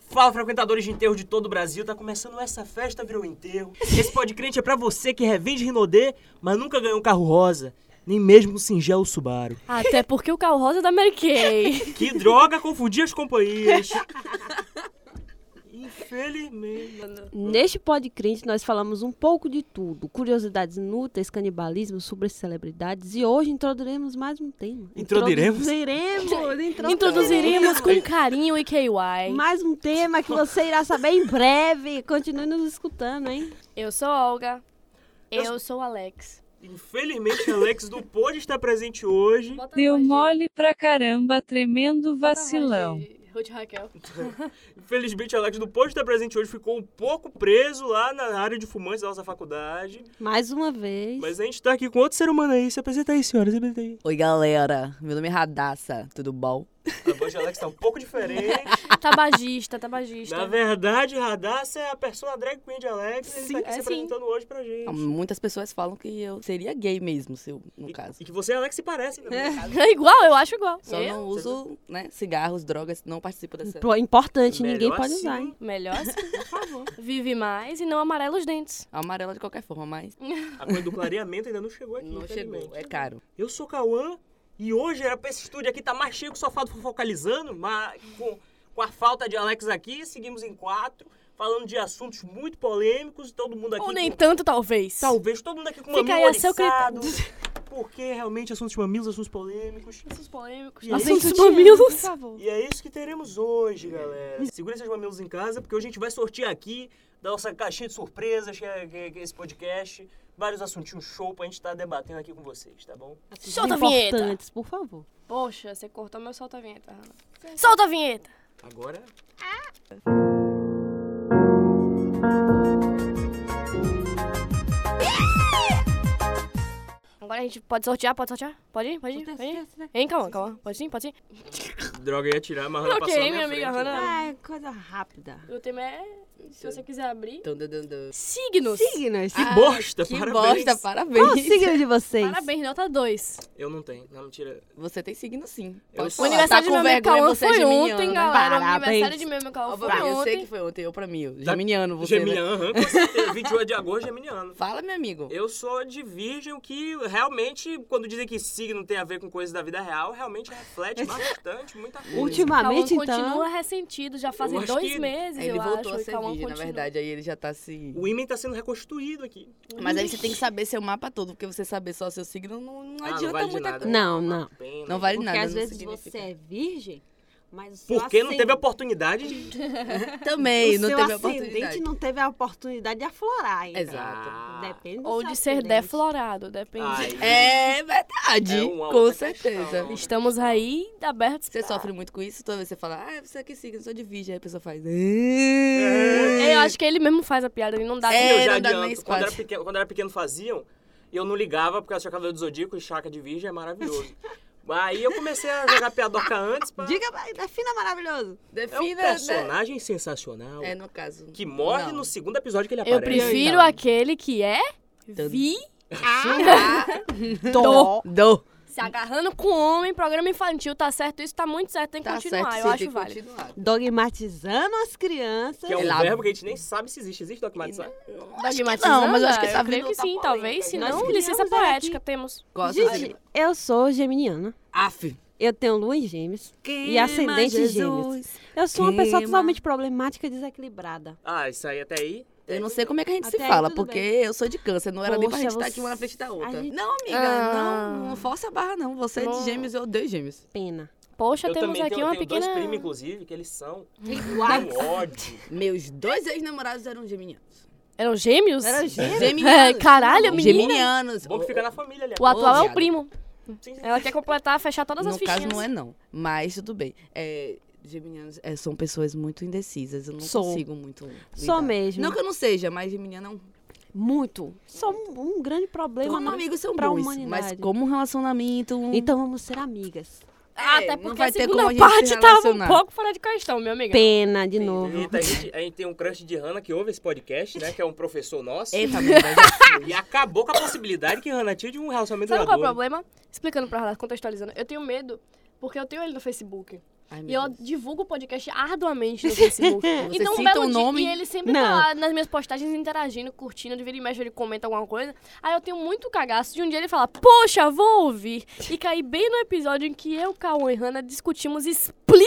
Fala, frequentadores de enterro de todo o Brasil. Tá começando essa festa, virou um enterro. Esse podcrente é pra você que revende Rinodê, mas nunca ganhou um carro rosa. Nem mesmo um singelo Subaru. Até porque o carro rosa é da Mary Kay. Que droga, confundi as companhias. Infelizmente. Neste podcast nós falamos um pouco de tudo, curiosidades inúteis, canibalismo, sobre celebridades e hoje introduziremos mais um tema. Introdiremos? Introduziremos, introduziremos. Introduziremos com carinho e KY. mais um tema que você irá saber em breve. Continue nos escutando, hein? Eu sou a Olga. Eu sou o Alex. Infelizmente, Alex do Pod está presente hoje. Deu mole pra caramba, tremendo vacilão. Ruth Raquel. Infelizmente, Alex do Pod está presente hoje. Ficou um pouco preso lá na área de fumantes da nossa faculdade. Mais uma vez. Mas a gente tá aqui com outro ser humano aí. Se apresenta aí, senhora. Se apresenta aí. Oi, galera. Meu nome é Radassa. Tudo bom? A voz de Alex tá um pouco diferente. Tabagista, Na tabagista. verdade, Radassa é a persona drag queen de Alex. Ele tá aqui é se sim. apresentando hoje pra gente. Muitas pessoas falam que eu seria gay mesmo, se eu, no E- caso. E que você e Alex se parecem, né? É igual, eu acho igual. Só não uso né, cigarros, drogas, não participo dessa. Pô, Importante, Melhor ninguém pode assim. usar, hein? Melhor assim, por favor. Vive mais e não amarela os dentes. Amarela É de qualquer forma, mas A coisa do clareamento ainda não chegou aqui. não infelizmente. chegou. É caro. Eu sou Cauã e hoje era pra esse estúdio aqui tá mais cheio que o sofá do fofocalizando, mas com, com a falta de Alex aqui, seguimos em quatro, falando de assuntos muito polêmicos, todo mundo Tá aqui. Tá Ou nem com- tanto, talvez. Talvez todo mundo aqui com Fica aí mamilo a seu oriçado, Porque realmente assuntos mamilos, assuntos polêmicos. Esses polêmicos. E aí? Assuntos Gente, por mamilos. favor. E é isso que teremos hoje, galera. Segura seus mamilos em casa, porque hoje a gente vai sortear aqui da nossa caixinha de surpresas, que é, que é- que é esse podcast, vários assuntinhos show pra gente estar debatendo aqui com vocês, tá bom? Solta a vinheta. Importantes, por favor. Poxa, você cortou meu solta a vinheta. Hannah. Solta a vinheta. Agora. Agora a gente pode sortear, pode sortear? Pode ir, pode ir, pode ir. Hein, calma, calma. Pode sim, pode sim. Droga, ia tirar, mas Hannah Ok, passou na minha minha amiga frente. Hannah. Ah, é coisa rápida. O tema é, se você quiser abrir, Dun, dun, dun, dun. signos. Signos. Ah, Que Ah, bosta, Que parabéns. Qual bosta, o parabéns. signo de vocês? Parabéns, nota 2. Eu não tenho. Não, mentira. Você tem signo sim. Eu Pode sou. falar. O tá aniversário com de meu amigo vergonha, Cauã você é foi geminiano. ontem, galera. O Parabéns. aniversário de meu amigo Cauã Ó, foi pra mim, eu sei ontem. que foi ontem, eu pra mim. Tá- Geminiano, você. né? Geminiano, aham, com certeza. 28 de agosto, geminiano. Fala, meu amigo. Eu sou de virgem, o que realmente, quando dizem que signo tem a ver com coisas da vida real, realmente reflete bastante muita coisa. Cauã Ultimamente, então. continua ressentido, já fazem acho dois que meses, Ele eu voltou acho. a e ser Cauã virgem, na continua. verdade. Aí ele já tá se. O ímã tá sendo reconstruído aqui. Mas aí você tem que saber seu mapa todo, porque você saber só seu signo não, não Ah, não adianta vale de muita nada. coisa. Não, não. Pena. Não vale Porque nada. às não vezes significa. você é virgem, mas o seu Porque não teve ascendente- oportunidade de. Também, o não seu teve ascendente oportunidade. não teve a oportunidade de aflorar ainda. Exato. Ah, Depende do Ou seu de ser ascendente. deflorado, depende. ai. É verdade, É uma com outra questão, certeza. né? Estamos aí abertos Você pra- sofre muito com isso? Toda vez você fala, ah, você é que signo, sou de virgem. Aí a pessoa faz... "É, É Eu acho que ele mesmo faz a piada, ele não dá. É, eu já não dá nem adianto. Quando espaço. era, pequeno, quando era pequeno faziam, e eu não ligava, porque eu achava Cavaleiro do Zodíaco e Chaca de Virgem é maravilhoso. Aí eu comecei a jogar piadoca antes pra... Diga, defina maravilhoso. É um Defina, né? personagem sensacional É, no caso. que morre Não. Ah, no segundo episódio que ele Eu aparece. prefiro Então. aquele que é Tanto. vi Dó. Do. se agarrando com um homem, programa infantil, tá certo isso, tá muito certo, tem que Tá continuar, certo, eu você acho tem que válido. continuar. Dogmatizando as crianças. Que é um Ela- verbo que a gente nem sabe se existe. Existe dogmatizar? né? Tá Dogmatizando, não, mas eu acho que tá creio vindo que outra sim, polêmica, talvez, se nós não, criamos licença ela aqui. poética temos. Qual o seu Gente, signo? eu sou geminiana. Af. Eu tenho lua em gêmeos. E ascendente em gêmeos. Eu sou uma Queima. pessoa totalmente problemática e desequilibrada. Ah, isso aí até aí. Eu não sei como é que a gente Até se aí fala, tudo porque eu sou de câncer, não era nem pra Poxa, gente estar você- aqui uma na frente da outra. gente- Não, amiga, Ah. não, não força a barra, não. Você é Não. de gêmeos, eu odeio gêmeos. Pena. Poxa, eu temos também aqui tenho, uma tenho pequena... dois primos, inclusive, que eles são Ah, Iguais. um ódio. Meus dois ex-namorados eram geminianos. Eram gêmeos? Era gêmeo. É, Geminianos. Caralho, menina. Geminianos. Bom que fica na família ali. O atual é o Odiado. primo. é Sim, sim. Ela quer completar, fechar todas as No fichinhas. caso, não é não. Mas tudo bem. É, geminianos é, são pessoas muito indecisas. Eu não Sou. consigo muito. lidar. Sou mesmo. Não que eu não seja, mas geminiano é um. Muito. Só um, um grande problema. Como não. amigos são pra bons, humanidade. mas como um relacionamento. um- Então vamos ser amigas. Ah, É, Até não porque vai a ter segunda como a gente se parte tava um relacionar. pouco fora de questão, meu amigo. Pena de novo. Eita, a, gente, a gente tem um crush de Hannah que ouve esse podcast, né? Que é um professor nosso. Eita, meu Deus. E acabou com a possibilidade que Hannah tinha de um relacionamento Sabe qual é o duradouro. problema? Explicando pra ela, contextualizando. Eu tenho medo porque eu tenho ele no Facebook. Ai, meu E eu Deus. divulgo o podcast arduamente no Facebook. Você então, um cita belo o dia- nome. E ele sempre Não. tá lá nas minhas postagens interagindo, curtindo, de vira e mexe, ele comenta alguma coisa. Aí eu tenho muito cagaço de um dia ele falar, poxa, vou ouvir. E caí bem no episódio em que eu, Cauã e Hannah discutimos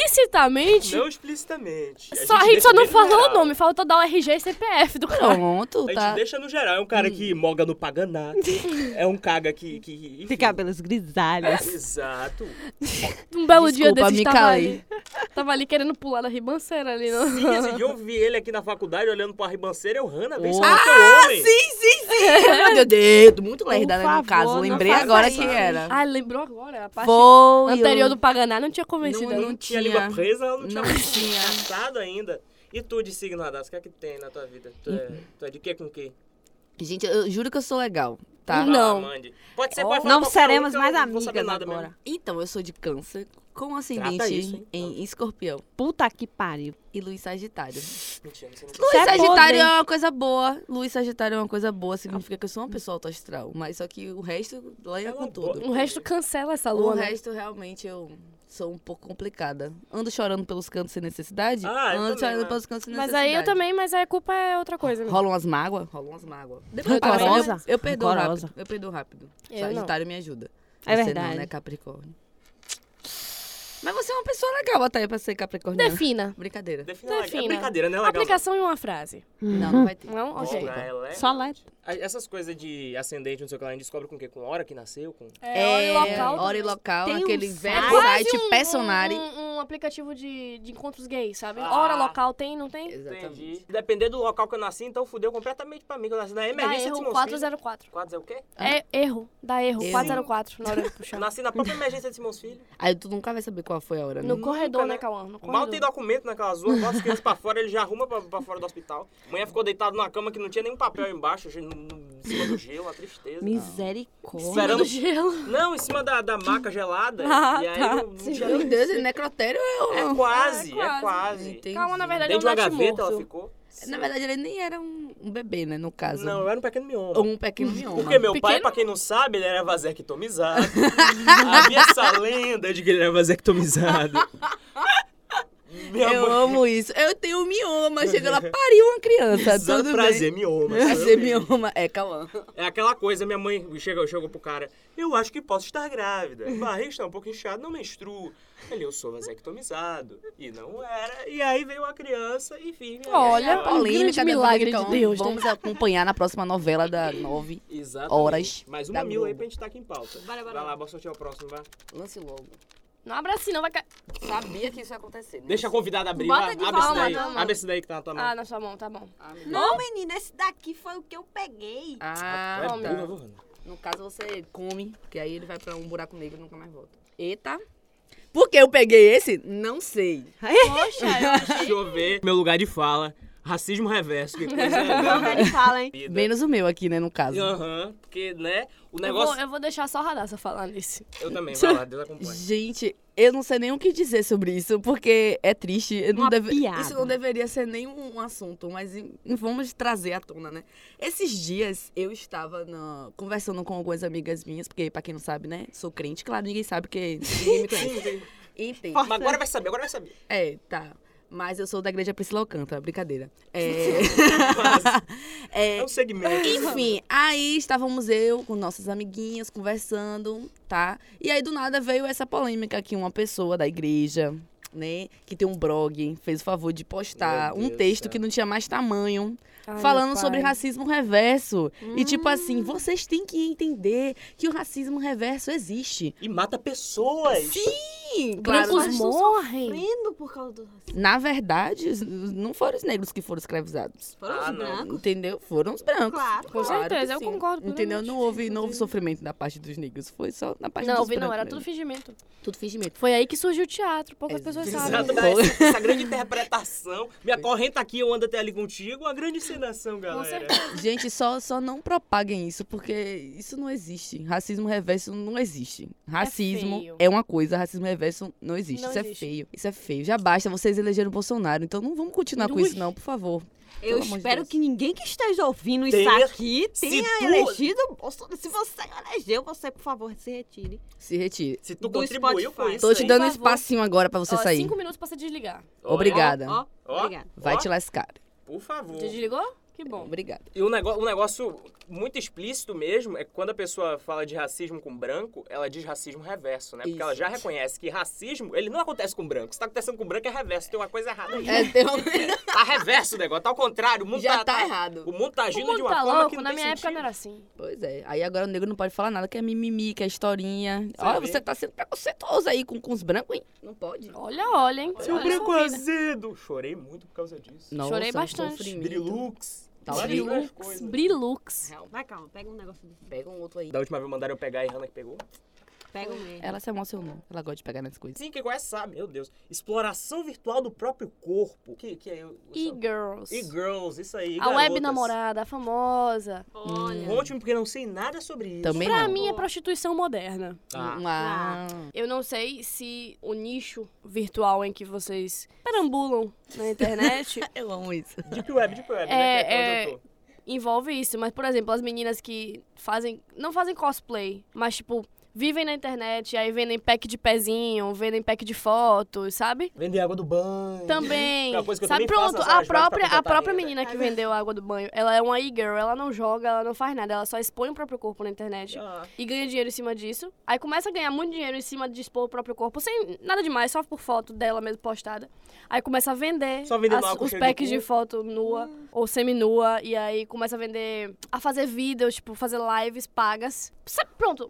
explicitamente. Não explicitamente. só, a gente deixa só não bem no falou o geral. nome, faltou dar o RG e CPF do cara. Pronto, A gente tá. deixa no geral. É um Hum. cara que moga no Paganá. é um caga que. que enfim. Tem cabelos grisalhos. Exato. Um belo dia Desculpa, desse me tava calei. ali, tava ali querendo pular na ribanceira ali. né? No... Sim, esse dia eu vi ele aqui na faculdade olhando pra ribanceira. Eu, Hanna, vem Oh. salvar Ah, teu um homem. Sim, sim, sim. Meu Deus, dedo. Muito Por lerda, né? No favor, caso, não lembrei faça agora isso. que era. Ah, lembrou agora? A parte Foi. anterior eu- do Paganá não tinha convencido. Não- ainda. Não tinha língua tinha. presa, ela não tinha Não tinha. passado ainda. E tu de signo, Radassa, o que é que tem na tua vida? Tu é, tu é de quê com quê? Gente, eu juro que eu sou legal, tá? Vai lá, Não. mande. Pode ser, Oh. pode falar Não qualquer um, seremos que eu mais não vou saber amigas nada agora. mesmo. Então, eu sou de câncer, com Trata ascendente isso, hein? em escorpião Puta que pariu. e Luiz Sagitário. Mentira, você não Luiz Isso é podre, Sagitário é, hein? uma coisa boa. Luiz Sagitário é uma coisa boa. Significa que eu sou uma pessoa autoastral. Mas só que o resto, lenha Ela com tudo. bota- O resto cancela essa O lua, né? resto, realmente, eu sou um pouco complicada. Ando chorando pelos cantos sem necessidade. Ah, eu ando também, chorando né? pelos cantos sem Mas necessidade. aí eu também, mas aí a culpa é outra coisa. né? Rolam umas mágoas? Rolam umas mágoas. Depois eu Rancorosa? perdoo, eu- Eu perdoo Rancorosa. rápido. Eu perdoo rápido. Eu não. Sagitário me ajuda. É você verdade. não, né, Capricórnio? Mas você é uma pessoa legal até pra ser Capricorniano. Defina. Brincadeira. Defina, ela- Defina. É brincadeira, né, legal? Aplicação em uma frase. Não, não vai ter. Uhum. Não? Ok. Desculpa. Só lá. é Essas coisas de ascendente, não sei o que lá, a gente descobre com o quê? Com a hora que nasceu? Com... É, hora e local. hora também. e local, Tem um aquele site. velho É Quase site um- Personari. Um, um aplicativo de, de encontros gays, sabe? Ah. Hora, local, tem, não tem? Entendi. Depender do local que eu nasci, então fudeu completamente pra mim, que eu nasci na Dá emergência de erro Simão 404. Filho. 4 é o quê? É erro. Dá erro. Erro. 404 na hora de Eu puxar. nasci na própria emergência de Simões Filho. Aí tu nunca vai saber qual foi a hora, né? No corredor, né? né, Cauã? No Mal tem corredor. documento naquela rua, bota as crianças pra fora, ele já arruma pra, pra fora do hospital. Amanhã ficou deitado numa cama que não tinha nenhum papel embaixo, no, no- em cima do gelo, uma Ah. tristeza. Misericórdia. Esperando- Do gelo. Não, em cima da, da maca gelada. Ah, e aí tá. não, não tinha Meu nem... Deus, ele é necrotério é É um... quase, É é quase. quase. Entendi. Calma, na verdade, é um Dentro de uma natimorto. gaveta ela ficou. Na verdade, ele nem era um, um bebê, né, no caso. Não, eu era um pequeno mioma. Um pequeno mioma. Porque meu pai, Pequeno? pra quem não sabe, ele era vasectomizado. Havia essa lenda de que ele era vasectomizado. Minha Eu mãe- amo isso. Eu tenho um mioma. Chega lá, pariu uma criança. Só tá Tudo prazer, prazer. mioma. bem. sou eu Prazer, mesmo. mioma. É, calma. É aquela coisa, minha mãe chegou, chegou pro cara, eu acho que posso estar grávida. Barriga está um pouco inchada, não menstruo. Ele, eu sou vasectomizado. E não era. E aí veio a criança e enfim. Olha, É um aí- Paulo. grande milagre de Então, Deus, né? Vamos acompanhar na próxima novela da Nove. Exatamente. Horas Mais da uma mil aí Globo. pra gente tá aqui em pauta. Bora, bora, Vai lá, bora. bora sortear o próximo, vai. Lance logo. Não abra assim, não vai Tá cair. Sabia que isso ia acontecer. né? Deixa a convidada abrir, Bota vai. de Abre esse palma, daí. não, mano. Abre esse daí que tá na tua mão. Ah, na sua mão, tá bom. Ah, meu Deus. Não, menina, esse daqui foi o que eu peguei. Vai, Ah, tá. burra, burra. No caso, você come, que aí ele vai pra um buraco negro e nunca mais volta. Eita. Por que eu peguei esse? Não sei. Poxa, eu achei. Deixa eu ver meu lugar de fala. Racismo reverso, que coisa Ele fala, hein? é Menos o meu aqui, né, no caso. Aham, porque, né, o Eu vou, negócio... eu vou deixar só a Radassa falar nisso. Eu também, vai lá, Deus acompanha. Gente, eu não sei nem o que dizer sobre isso, porque é triste. Eu não Uma deve- piada. Isso não deveria ser nem um um assunto, mas em- vamos trazer à tona, né? Esses dias eu estava na- conversando com algumas amigas minhas, porque pra quem não sabe, né? Sou crente, claro, ninguém sabe, porque ninguém me conhece. Sim, sim. Entende? Mas agora vai saber, agora vai saber. É, tá. Mas eu sou da igreja Priscila Alcântara, brincadeira. É... É um segmento. Enfim, aí estávamos eu com nossas amiguinhas conversando, tá? E aí do nada veio essa polêmica que uma pessoa da igreja, né, que tem um blog, fez o favor de postar Meu um Deus do texto céu. que não tinha mais tamanho, Ai, meu falando pai. Hum. sobre racismo reverso. E tipo assim, vocês têm que entender que o racismo reverso existe. E mata pessoas. Sim. Sim, Brancos mas- morrem. Prendo por causa do Na verdade, os- não foram os negros que foram escravizados. Foram Ah, os não. brancos. Entendeu? Foram os brancos. Claro. Com Claro que certeza, eu sim. concordo Entendeu? plenamente. Não houve, não houve sofrimento da parte dos negros. Foi só na parte Não, dos vi não, era tudo brancos fingimento. mesmo. tudo fingimento. Foi aí que surgiu o teatro, poucas É, pessoas sabem. Exato, Exato. essa, essa grande interpretação. Minha corrente aqui, eu ando até ali contigo. Uma grande encenação, galera. certeza. Gente, só, só não propaguem isso, porque isso não existe. Racismo reverso não existe. Racismo feio. é, uma coisa, racismo perverso não existe. Não existe. isso é feio. Isso é feio. Já basta, vocês elegeram o Bolsonaro. Então não vamos continuar com Ui. isso, não, por favor. Eu Pelo amor de espero Deus. que ninguém que esteja ouvindo Ter- isso aqui se tenha tu- elegido o Bolsonaro. Se você elegeu, você, por favor, se retire. Se retire. Se tu Do contribuiu com Spotify. isso. Tô te aí- dando Por um favor. espacinho agora pra você Ó, sair. Cinco minutos pra você desligar. Olha, Obrigada. Ó, Ó, Obrigada. Vai ó, te lascar. Por favor. Você desligou? Que bom. Obrigada. E um negócio, um negócio muito explícito mesmo é que quando a pessoa fala de racismo com branco, ela diz racismo reverso, né? Porque Isso. ela já reconhece que racismo, ele não acontece com branco. Se tá acontecendo com branco, é reverso. Tem uma coisa errada aí. É, tem um- Tá reverso o negócio, tá ao contrário. O mundo Já tá, tá errado. O mundo tá agindo O de mundo uma tá forma que louco, não na tem minha época sentido. não era assim. Pois é. Aí agora o negro não pode falar nada, que é mimimi, que é historinha. Você Olha, vê. você tá sendo preconceituoso aí com, com os brancos, hein? Não pode. assim. Olha, olha, hein? Seu Olha um branco essa vida. azedo. Chorei muito por causa disso. Nossa, Chorei um bastante. sofrimento. Brilux. Tá várias horrível. outras Brilux, coisas. Brilux. Vai, calma. Pega um negócio desse. Pega um outro aí. Da última vez mandaram eu pegar a Rihanna que pegou. Pega um mesmo. Ela se emocionou. Ela gosta de pegar nas coisas. Sim, quem conhece sabe. Meu Deus. Exploração virtual do próprio corpo. Que, que é eu. E-girls. E girls, isso aí. A web garotas. namorada, a famosa. Olha. Conte-me porque não sei nada sobre isso. Também Pra não. mim é prostituição moderna. Ah. Ah. Eu não sei se o nicho virtual em que vocês perambulam na internet Eu amo isso. Deep Web, Deep Web, né? É, Que é, pra é. onde eu tô. envolve isso, mas por exemplo, as meninas que fazem, não fazem cosplay, mas tipo, vivem na internet, aí vendem pack de pezinho, vendem pack de fotos, sabe? Vender água do banho. Também. É uma coisa que eu Sabe, também faço pronto, nas a horas vagas pra né? própria, a completar própria renda. menina que vendeu a água do banho, ela é uma e-girl, ela não joga, ela não faz nada, ela só expõe o próprio corpo na internet Ah, e ganha dinheiro em cima disso. Aí começa a ganhar muito dinheiro em cima de expor o próprio corpo, sem nada demais, só por foto dela mesmo postada. Aí começa a vender Só vendendo as- álcool os cheio de packs de cu. foto nua Hum. ou seminua. E aí começa a vender, a fazer vídeos, tipo, fazer lives pagas. Sabe, pronto.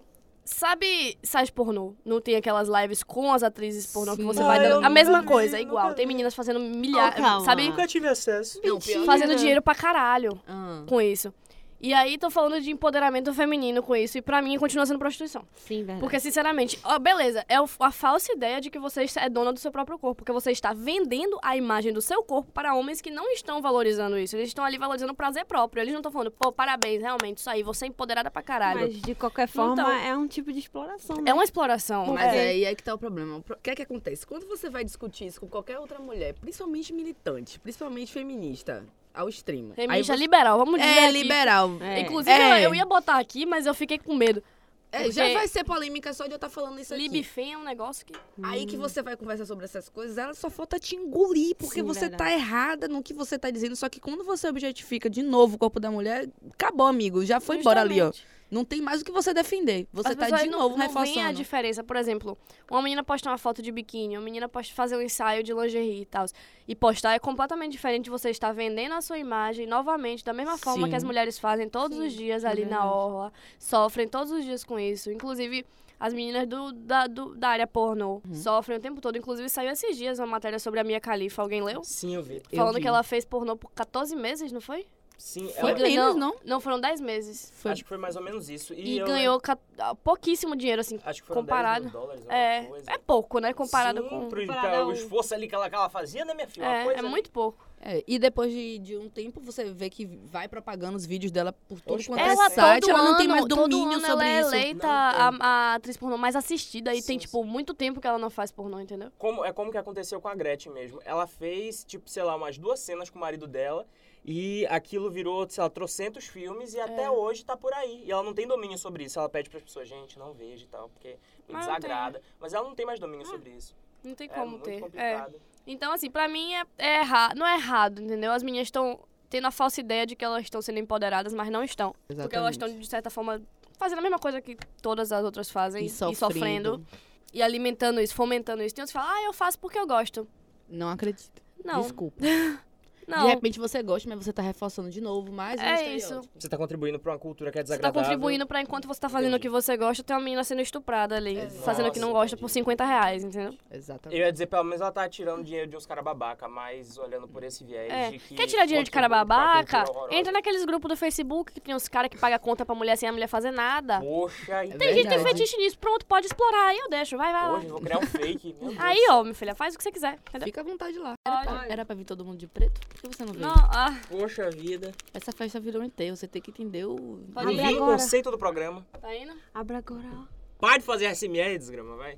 Sabe sites pornô? Não tem aquelas lives com as atrizes pornô que Sim. você Ah, vai eu dando. A nunca mesma vi, coisa, é nunca igual. Tem vi. é meninas fazendo Oh, milhares, calma. sabe? nunca tive acesso. Não, pior que- Fazendo dinheiro pra caralho Ah. com isso. E aí tô falando de empoderamento feminino com isso. E pra mim continua sendo prostituição. Sim, verdade. Porque, sinceramente, ó, beleza, é o- a falsa ideia de que você está- é dona do seu próprio corpo, porque você está vendendo a imagem do seu corpo para homens que não estão valorizando isso. Eles estão ali valorizando o prazer próprio. Eles não estão falando, pô, parabéns, realmente, isso aí, você é empoderada pra caralho. Mas de qualquer forma, Então- é um tipo de exploração. É Né? uma exploração. Mas né? aí é que tá o problema. O pro- O que é que acontece? Quando você vai discutir isso com qualquer outra mulher, principalmente militante, principalmente feminista, ao extremo. aí Feminista você- liberal, vamos dizer. É, aqui. liberal. É. Inclusive, É. eu, eu ia botar aqui, mas eu fiquei com medo. É, já porque- vai ser polêmica só de eu estar falando isso aqui. Libifem é um negócio que. Aí que você vai conversar sobre essas coisas, ela só falta te engolir, porque Sim, você tá verdade. errada no que você tá dizendo. Só que quando você objetifica de novo o corpo da mulher, acabou, amigo. Já foi embora ali, ó. Justamente. Não tem mais o que você defender. Você As tá pessoas de não- não novo veem a reforçando. diferença. Por exemplo, uma menina posta uma foto de biquíni, uma menina posta fazer um ensaio de lingerie e tal. E postar é completamente diferente de você estar vendendo a sua imagem novamente, da mesma forma Sim. que as mulheres fazem todos os dias é ali na verdade. orla, sofrem todos os dias com isso. Inclusive, as meninas do, da, do- da área pornô Uhum. sofrem o tempo todo. Inclusive, saiu esses dias uma matéria sobre a Mia Khalifa. Alguém leu? Sim, eu vi. Eu Falando vi. que ela fez pornô por 14 meses, não foi? Sim, Foi ela- menos, não? Não, foram 10 meses. Foi- acho que foi mais ou menos isso. E, E eu- ganhou ca- pouquíssimo dinheiro, assim, Acho que foram comparado- 10 mil dólares, alguma é, coisa. é pouco, né? Comparado Sim, com. pro- comparado tá, ao- o esforço ali que ela, que ela fazia, né, minha filha? Uma É, coisa é ali. muito pouco. É, e depois de, de um tempo, você vê que vai propagando os vídeos dela por tudo Oxe, quanto é Ela, site. todo Ela ano, não tem mais todo domínio ano sobre ela isso. é eleita a, Não a atriz pornô mais assistida e tem, Sim, tipo, muito tempo que ela não faz pornô, entendeu? Como, é como que aconteceu com a Gretchen mesmo. Ela fez, tipo, sei lá, umas duas cenas com o marido dela. E aquilo virou, sei lá, trocentos filmes e É. até hoje tá por aí. E ela não tem domínio sobre isso. Ela pede pras pessoas, gente, não veja e tal, porque me Mas não tem. desagrada. Mas ela não tem mais domínio sobre isso. Não tem é como muito ter. É. complicado. Então, assim, pra mim é, é errado. Não é errado, entendeu? As meninas estão tendo a falsa ideia de que elas estão sendo empoderadas, mas não estão. Porque elas estão, de certa forma, fazendo a mesma coisa que todas as outras fazem e sofrendo. E, alimentando isso, fomentando isso. Tem outros que falam, ah, eu faço porque eu gosto. Não acredito. Não, Desculpa. De não. repente você gosta, mas você tá reforçando de novo mais um É estereótipo. isso. Você tá contribuindo pra uma cultura que é Você tá desagradável. contribuindo pra enquanto você tá fazendo o Entendi. que você gosta, tem uma menina sendo estuprada ali, fazendo o que não Nossa, gosta entendi. por 50 reais, entendeu? Exatamente. Eu ia dizer, pelo menos ela tá tirando dinheiro de uns caras babaca, mas olhando por esse viés É. de que... Quer tirar dinheiro de cara contribui pra babaca? cultura horrorosa. Entra naqueles grupos do Facebook que tem uns caras que pagam conta pra mulher sem a mulher fazer É nada. Poxa, e Tem gente que tem Verdade. fetiche nisso, pronto, pode explorar, aí eu deixo, vai, vai Hoje lá. eu vou criar um fake. meu Deus. Tá. Aí, ó, minha filha, faz o que você quiser, entendeu? Fica à vontade lá. Olha. Era pra, era pra vir todo mundo de preto? Por que você não veio? Não, ah, Poxa vida. Essa festa virou inteiro, você tem que entender o. Pode Não ir vi o agora. conceito do programa. tá indo? Abra agora, ó. Tá. Para de fazer SMR, desgrama, vai.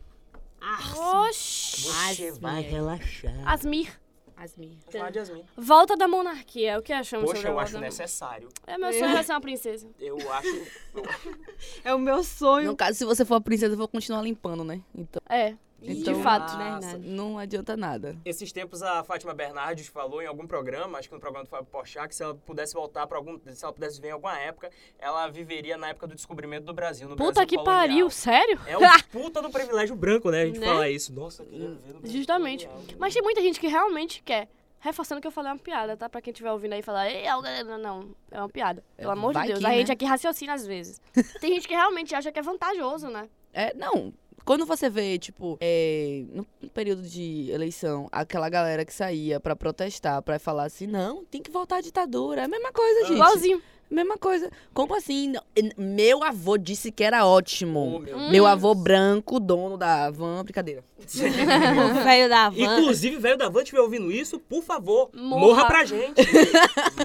Oxi. Você vai relaxar. Asmir, Asmir. Falar de Yasmin. volta da monarquia. O que achamos Poxa, sobre a eu volta acho da monarquia? necessário. É meu sonho é ser uma princesa. Eu acho. É o meu sonho. um No caso, se você for a princesa, eu vou continuar limpando, né? Então, É, Então, de fato. né, massa. Verdade. não adianta nada. Esses tempos a Fátima Bernardes falou em algum programa, acho que no programa do Fábio Porchat, que se ela pudesse voltar para algum, se ela pudesse ver em alguma época, ela viveria na época do descobrimento do Brasil, no Puta Brasil que colonial. pariu, sério? É um puta do privilégio branco, né? A gente Né? falar isso. Nossa, eu queria viver no Brasil Hum. Justamente. colonial. Mas tem muita gente que realmente quer. Reforçando que eu falei é uma piada, tá? Pra quem estiver ouvindo aí falar, Ei, algo- não, não, é uma piada. Pelo amor Vai de Deus, que, a né? gente aqui raciocina às vezes. tem gente que realmente acha que é vantajoso, né? É, não. Quando você vê, tipo, é, no período de eleição, aquela galera que saía pra protestar, pra falar assim, não, tem que voltar à ditadura. É a mesma coisa, gente. Igualzinho. Mesma coisa. Como assim? Não- n- Meu avô disse que era Oh, ótimo. meu Hum. Meu avô branco, dono da van, brincadeira. O velho da van. Inclusive, velho da Van estiver ouvindo isso, por favor, Morra. morra, pra gente.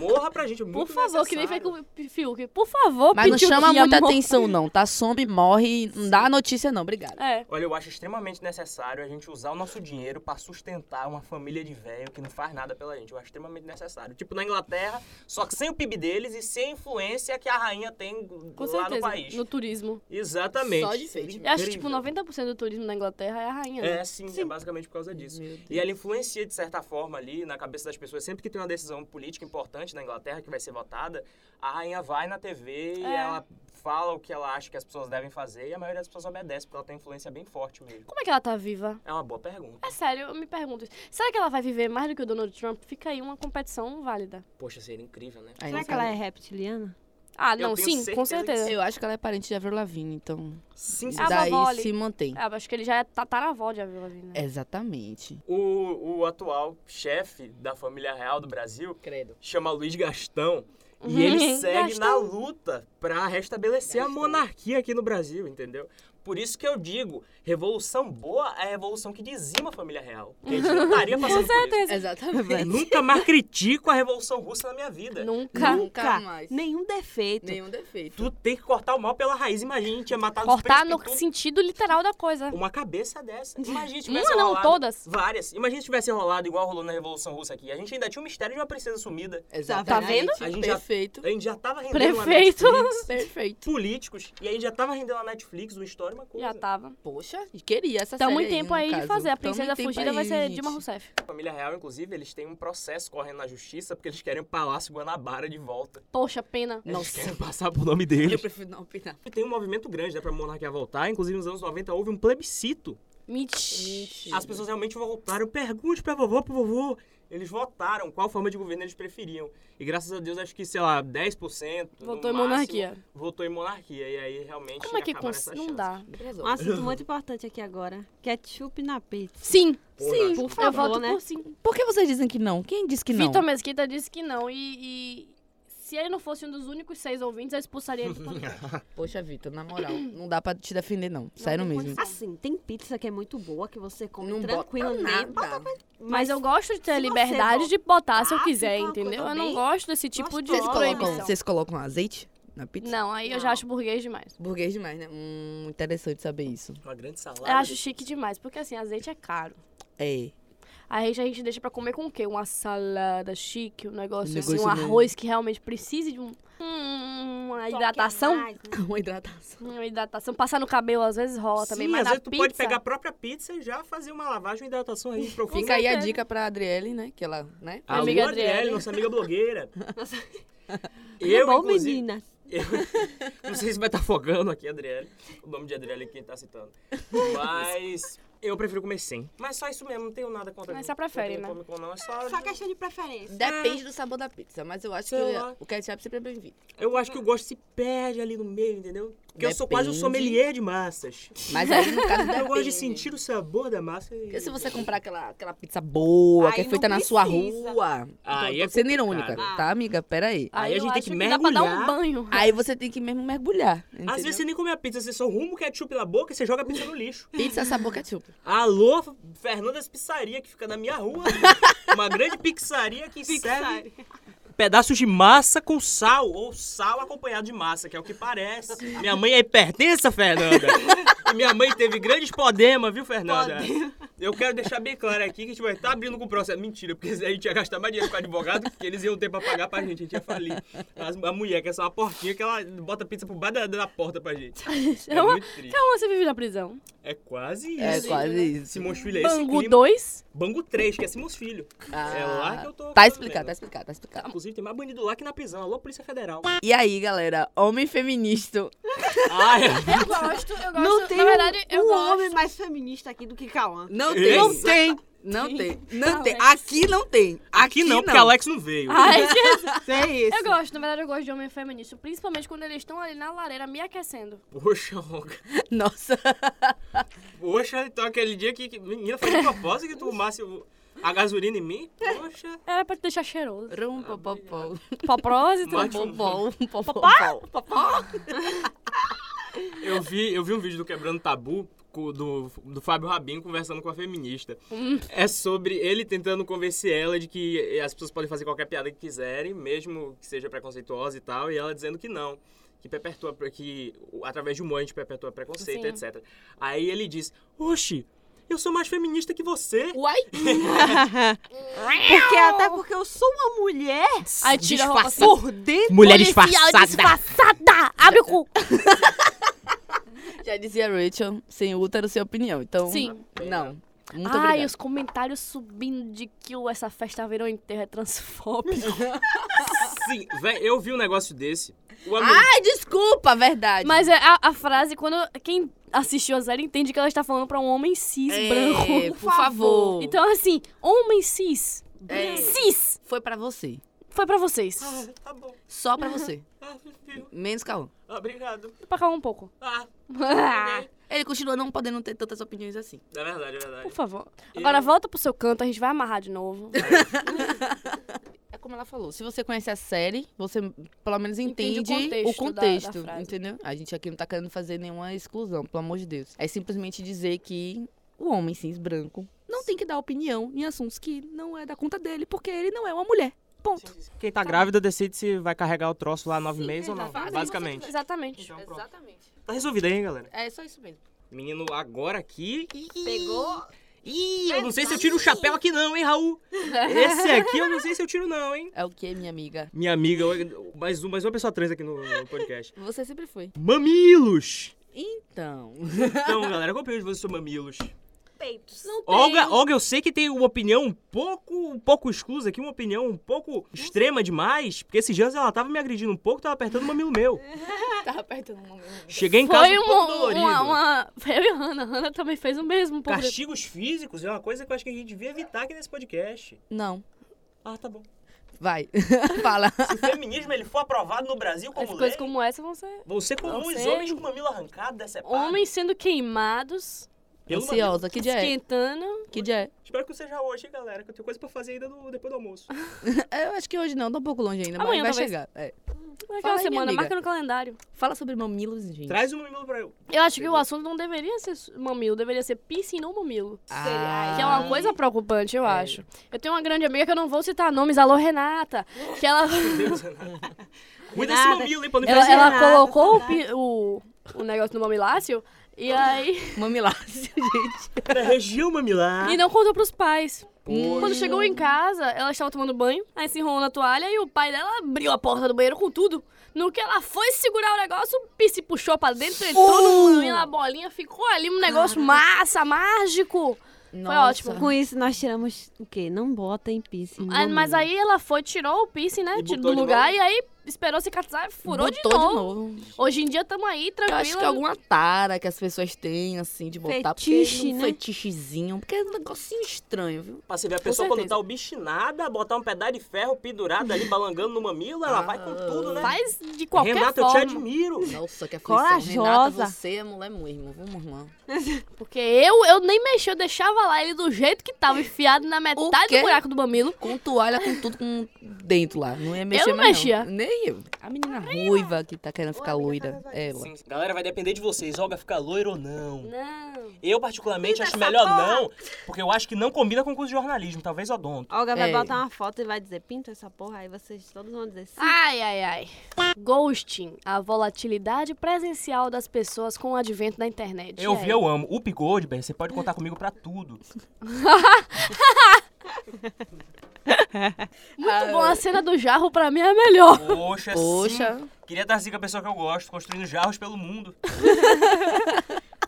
morra pra gente. é Por Muito favor, que nem necessário. fez com o P- Fiuk. Por favor, Mas não pediu chama que muita amor. atenção, não, tá? Some, morre, não dá notícia, não. Obrigada. É. Olha, eu acho extremamente necessário a gente usar o nosso dinheiro pra sustentar uma família de velho que não faz nada pela gente. Eu acho extremamente necessário. Tipo na Inglaterra, só que sem o PIB deles e sem a influência que a rainha tem Com lá certeza. no país. No turismo. Exatamente. Só de feito. Eu acho que, tipo, Incrível. 90% do turismo na Inglaterra é a rainha. né? É, sim, é basicamente por causa disso. E ela influencia, de certa forma, ali na cabeça das pessoas. Sempre que tem uma decisão política importante na Inglaterra que vai ser votada, a rainha vai na TV e É. ela fala o que ela acha que as pessoas devem fazer e a maioria das pessoas obedece, porque ela tem influência bem forte mesmo. Como é que ela tá viva? É uma boa pergunta. É sério, eu me pergunto. isso. Será que ela vai viver mais do que o Donald Trump? Fica aí uma competição válida. Poxa, seria incrível, né? Aí Será não que ela é sabe. reptiliana? Ah, Eu não, tenho sim, com certeza que certeza. Eu acho que ela é parente de Avril Lavigne, então Sim, Ah, daí vovó ali. se mantém. Ah, acho que ele já é tataravó de Avril Lavigne. Né? Exatamente. O, o atual chefe da família real do Brasil Credo. chama Luiz Gastão. Uhum. É, E ele segue na Gastão. luta pra restabelecer a monarquia aqui no Brasil, entendeu? Por isso que eu digo, revolução boa é a revolução que dizima a família real. Que a gente não estaria passando por isso. Exatamente. Nunca mais critico a revolução russa na minha vida. Nunca. Nunca mais. Nenhum defeito. Nenhum defeito. Tu tem que cortar o mal pela raiz. Imagina, a gente tinha matado os Cortar no príncipes tudo. sentido literal da coisa. Uma cabeça dessa. Imagina se tivesse Uma não, rolado- todas. Várias. Imagina se tivesse rolado igual rolou na Revolução Russa aqui. A gente ainda tinha o mistério de uma princesa sumida. Exatamente. Tá vendo? Perfeito. A gente já tava rendendo uma Prefeito. Netflix, Perfeito. políticos, e aí já tava rendendo a Netflix, uma história, uma coisa. Já tava. Poxa, queria essa Então, série muito tempo no aí de Tá um caso. fazer. A Tamo princesa muito tempo fugida aí, vai ser gente. Dilma Rousseff. A família real, inclusive, eles têm um processo correndo na justiça porque eles querem o Palácio Guanabara de volta. Poxa, pena. Eles Nossa. querem passar pro nome Eu deles. prefiro não opinar. E tem um movimento grande, né, pra monarquia voltar. Inclusive, nos anos 90 houve um plebiscito. Mentira. As pessoas realmente voltaram. Pergunte pra vovó, pro vovô. Eles votaram qual forma de governo eles preferiam. E graças a Deus, acho que, sei lá, 10%. no Voltou em máximo, monarquia. Votou em monarquia. E aí, realmente, Como é que acaba cons... tá nessa Não chance. dá. Um assunto muito importante aqui agora. Ketchup na pizza. Sim. Porra. Sim, Por eu favor, voto né? por sim. Por que vocês dizem que não? Quem disse que não? Vitor Mesquita disse que não. E, e se ele não fosse um dos únicos seis ouvintes, eu expulsaria ele do podcast. Poxa, Vitor, na moral, não dá pra te defender, não. Sério tem mesmo. condição. Assim, tem pizza que é muito boa, que você come é. Não tranquilo, bota né? nada. Mas eu gosto de ter a se você liberdade de botar se eu botar, quiser, fica uma coisa entendeu? Eu não bem gosto desse tipo de Vocês gostosa. colocam, proibição. vocês colocam azeite na pizza? Não, aí eu já Não. acho burguês demais. Burguês demais, né? Hum, interessante saber isso. Uma grande salada. Eu acho chique demais, porque assim, azeite é caro. É. Aí a gente deixa pra comer com o quê? Uma salada chique, um negócio Um assim, um negócio mesmo. arroz que realmente precise de um, hum, uma é hidratação. né? hum, Uma hidratação. Uma hidratação. Passar no cabelo às vezes rola também, Sim, mas às na vezes tu pizza... pode pegar a própria pizza e já fazer uma lavagem e hidratação aí profunda. Fica aí a certeza. dica pra Adriele, né? Que ela, né? Alô, Amiga Adriele, Adriele. nossa amiga blogueira. É Eu, Tá bom, inclusive, menina. eu- não sei se vai estar afogando aqui, Adriele. O nome de Adriele é quem tá citando. Mas eu prefiro comer sem. Mas só isso mesmo, não tenho nada contra. Mas não. você prefere, não tenho né? Como, com não, é só... questão de preferência. Depende do sabor da pizza, mas eu acho Sei que lá. o ketchup sempre é bem-vindo. Eu acho que o gosto se perde ali no meio, entendeu? Porque eu sou quase um Depende. sommelier de massas. Mas aí, no caso, Eu gosto de depende. sentir o sabor da massa. e- Porque se você comprar aquela, aquela pizza boa, Aí que é não feita na sua precisa. rua. Aí tô, tô é complicado. sendo irônica, tá, amiga? Pera aí. Aí a eu gente tem acho que Dá pra dar um mergulhar. banho. Aí você tem que mesmo mergulhar. Às vezes você nem come a pizza, você só arruma o ketchup na boca e você joga a pizza no lixo. Pizza sabor ketchup. Alô, Fernandas Pizzaria, que fica na minha rua. Uma grande pizzaria que serve pedaços de massa com sal, ou sal acompanhado de massa, que é o que parece. Minha mãe é hipertensa, Fernanda. E minha mãe teve grandes podemas, viu, Fernanda? é. Eu quero deixar bem claro aqui que a gente vai estar abrindo com o processo. Mentira, porque a gente ia gastar mais dinheiro com o advogado, que eles iam ter pra pagar pra gente, a gente ia falir. Mas a mulher, que é só uma portinha, que ela bota pizza por baixo da, da porta pra gente. Tá É uma- muito triste. Então você vive na prisão. É quase um É isso. quase isso. Simões Filho é esse Bangu clima. 2. Bangu 3, que é Simões Filho. É lá que eu tô- Tá tô explicado, vendo. tá explicado, tá explicado. Inclusive, tem mais bandido lá que na prisão. Alô, Polícia Federal. E aí, galera, homem feminista. Ah, é. Eu gosto, eu gosto. Não tem na verdade, um, eu um gosto. homem mais feminista aqui do que Cauã. Não tem. Esse. Não tem. Não tem. Não é. tem. Alex. Aqui não tem. Aqui não, porque Alex não veio. Ai, Jesus. Isso é isso. eu gosto, na verdade, eu gosto de homem feminista. Principalmente quando eles estão ali na lareira me aquecendo. Poxa, Olga. Nossa. Poxa, então aquele dia que. que menina, foi de propósito que tu fumasse o- a gasolina em mim? Poxa. Era pra te deixar cheiroso. Rum, popopó. Pra prósito. Mas- Popopó. Eu vi, eu vi um vídeo do Quebrando Tabu co- do, do Fábio Rabin conversando com a feminista. Hum. É sobre ele tentando convencer ela de que as pessoas podem fazer qualquer piada que quiserem, mesmo que seja preconceituosa e tal, e ela dizendo que não. Que perpetua, que através de humor a gente perpetua preconceito, Sim. etc. Aí ele diz: Oxi, eu sou mais feminista que você. Uai! Porque até porque eu sou uma mulher Aí tira a roupa assim. por dentro. Mulher Policial disfarçada! Abre o cu! Já dizia Rachel, sem útero, sem opinião. Então, Sim. não. Muito Ai, obrigada. os comentários subindo de que o essa festa virou inteira é transfóbica. Sim, véi, eu vi um negócio desse. Ah! O amigo- Ai, desculpa, verdade. Mas é a, a frase, quando quem assistiu a série entende que ela está falando pra um homem cis É, branco. por favor. Então, assim, homem cis. É. Cis! Foi pra você. Foi pra vocês. Ah, tá bom. Só pra você. Ah, viu? Menos Cauã. Obrigado. Pra calar um pouco. Ah, ok. Ele continua não podendo ter tantas opiniões assim. É verdade, é verdade. Por favor. Agora volta pro seu canto, a gente vai amarrar de novo. É como ela falou, se você conhece a série, você pelo menos Entende entende, o contexto da- o da contexto, frase. entendeu? A gente aqui não tá querendo fazer nenhuma exclusão, pelo amor de Deus. É simplesmente dizer que o homem cis branco não tem que dar opinião em assuntos que não é da conta dele, porque ele não é uma mulher. Ponto. Quem tá grávida decide se vai carregar o troço lá nove meses ou não, basicamente. Exatamente. Então, pronto. Exatamente. Tá resolvido aí, galera. É só isso mesmo. Menino, agora aqui... Ih, Pegou. Ih, eu não sei se eu tiro o chapéu aqui não, hein, Raul? Esse aqui eu não sei se eu tiro não, hein? É o que, minha amiga? Minha amiga, mais, um, mais uma pessoa trans aqui no, no podcast. Você sempre foi. Mamilos! Então. Então, galera, qual a opinião de vocês sobre mamilos? Peitos. Olga, Olga, eu sei que tem uma opinião um pouco, um pouco exclusa aqui, uma opinião um pouco extrema demais, porque esses dias ela tava me agredindo um pouco, tava apertando o mamilo meu. Tava apertando uma mão. Cheguei em casa um Foi um pouco uma, dolorido. uma, uma. Eu e a Hannah. a Hannah também fez o mesmo. Por... Castigos físicos é uma coisa que eu acho que a gente devia evitar aqui nesse podcast. Não. Ah, tá bom. Vai. Fala. Se o feminismo ele for aprovado no Brasil As como lei, coisas como essa vão ser. vão ser comuns Você- homens com mamilo arrancado, decepado. Homens sendo queimados, Pelo mamilo. Ansiosa. Que dia é? esquentando. Que dia é? Espero que seja hoje, hein, galera, que eu tenho coisa pra fazer ainda no- depois do almoço. Eu acho que hoje não, tá um pouco longe ainda, Amanhã, mas vai talvez. chegar. É. Aquela aí, minha semana, amiga. marca no calendário. Fala sobre mamilos, gente. Traz o mamilo pra eu. Eu acho que Chegou. o assunto não deveria ser su- mamilo, deveria ser piercing no mamilo. Ah. Que é uma coisa preocupante, eu acho. Eu tenho uma grande amiga que eu não vou citar nomes, alô Renata, que ela, Deus, Renata. Cuida desse Nada. mamilo, hein, pra não ela, envelhecer. ela Renata, colocou o, pi- o, o negócio no mamilácio e aí Mamiláceo, gente. Da região mamilar. e não contou pros pais. Poxa. Quando chegou em casa, ela estava tomando banho, aí se enrolou na toalha e o pai dela abriu a porta do banheiro com tudo. No que ela foi segurar o negócio, o pi se puxou pra dentro, entrou Oh. no banho, a bolinha ficou ali um negócio massa, mágico. ótimo. Nossa. Com isso, nós tiramos o quê? Não bota em piercing. Ah, Mas aí ela foi, tirou o piercing, né? E tirou botou do de lugar novo? e aí esperou cicatrizar e furou de Botou novo. de novo. Hoje em dia estamos aí, Eu tranquila. acho que é alguma tara que as pessoas têm, assim, de botar. porque Fetiche, um né? Fetichezinho. Porque é um negocinho estranho, viu? Pra você ver a pessoa certeza. quando tá obstinada, botar um pedaço de ferro pendurado ali, balangando no mamilo, ela vai com tudo, né? Faz de qualquer Renata, forma. eu te admiro. Nossa, que aflição. Corajosa. Renata, você é mulher mesmo, vamos, irmã. Porque eu, eu nem mexi, eu deixava lá ele do jeito que tava, enfiado na metade quê? do buraco do mamilo. Com toalha, com tudo, com dentro lá. Não ia mexer não mais, mexia. Nem aí, a menina ruiva que tá querendo ficar loira. Ela. Sim, sim. Galera, vai depender de vocês. Olga fica loira ou não. Não. Eu, particularmente, acho melhor não, porque eu acho que não combina com o curso de jornalismo, talvez odonto. Olga vai É. botar uma foto e vai dizer, pinta essa porra, aí vocês todos vão dizer sim. Ai, ai, ai. Ghosting, a volatilidade presencial das pessoas com o advento da internet. É. Eu E aí? vi, eu amo. O Goldberg, você pode contar comigo pra tudo. Ah, Muito bom, a cena do jarro pra mim é a melhor. Poxa, é Poxa. sim. Queria dar zica a pessoa que eu gosto, construindo jarros pelo mundo.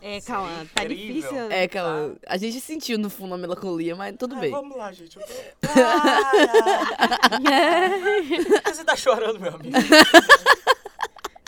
É, calma, tá incrível. difícil. É, calma. A gente sentiu no fundo a melancolia, mas tudo Ah, bem. vamos lá, gente. Eu tô- Ai, né? ai. Você tá chorando, meu amigo.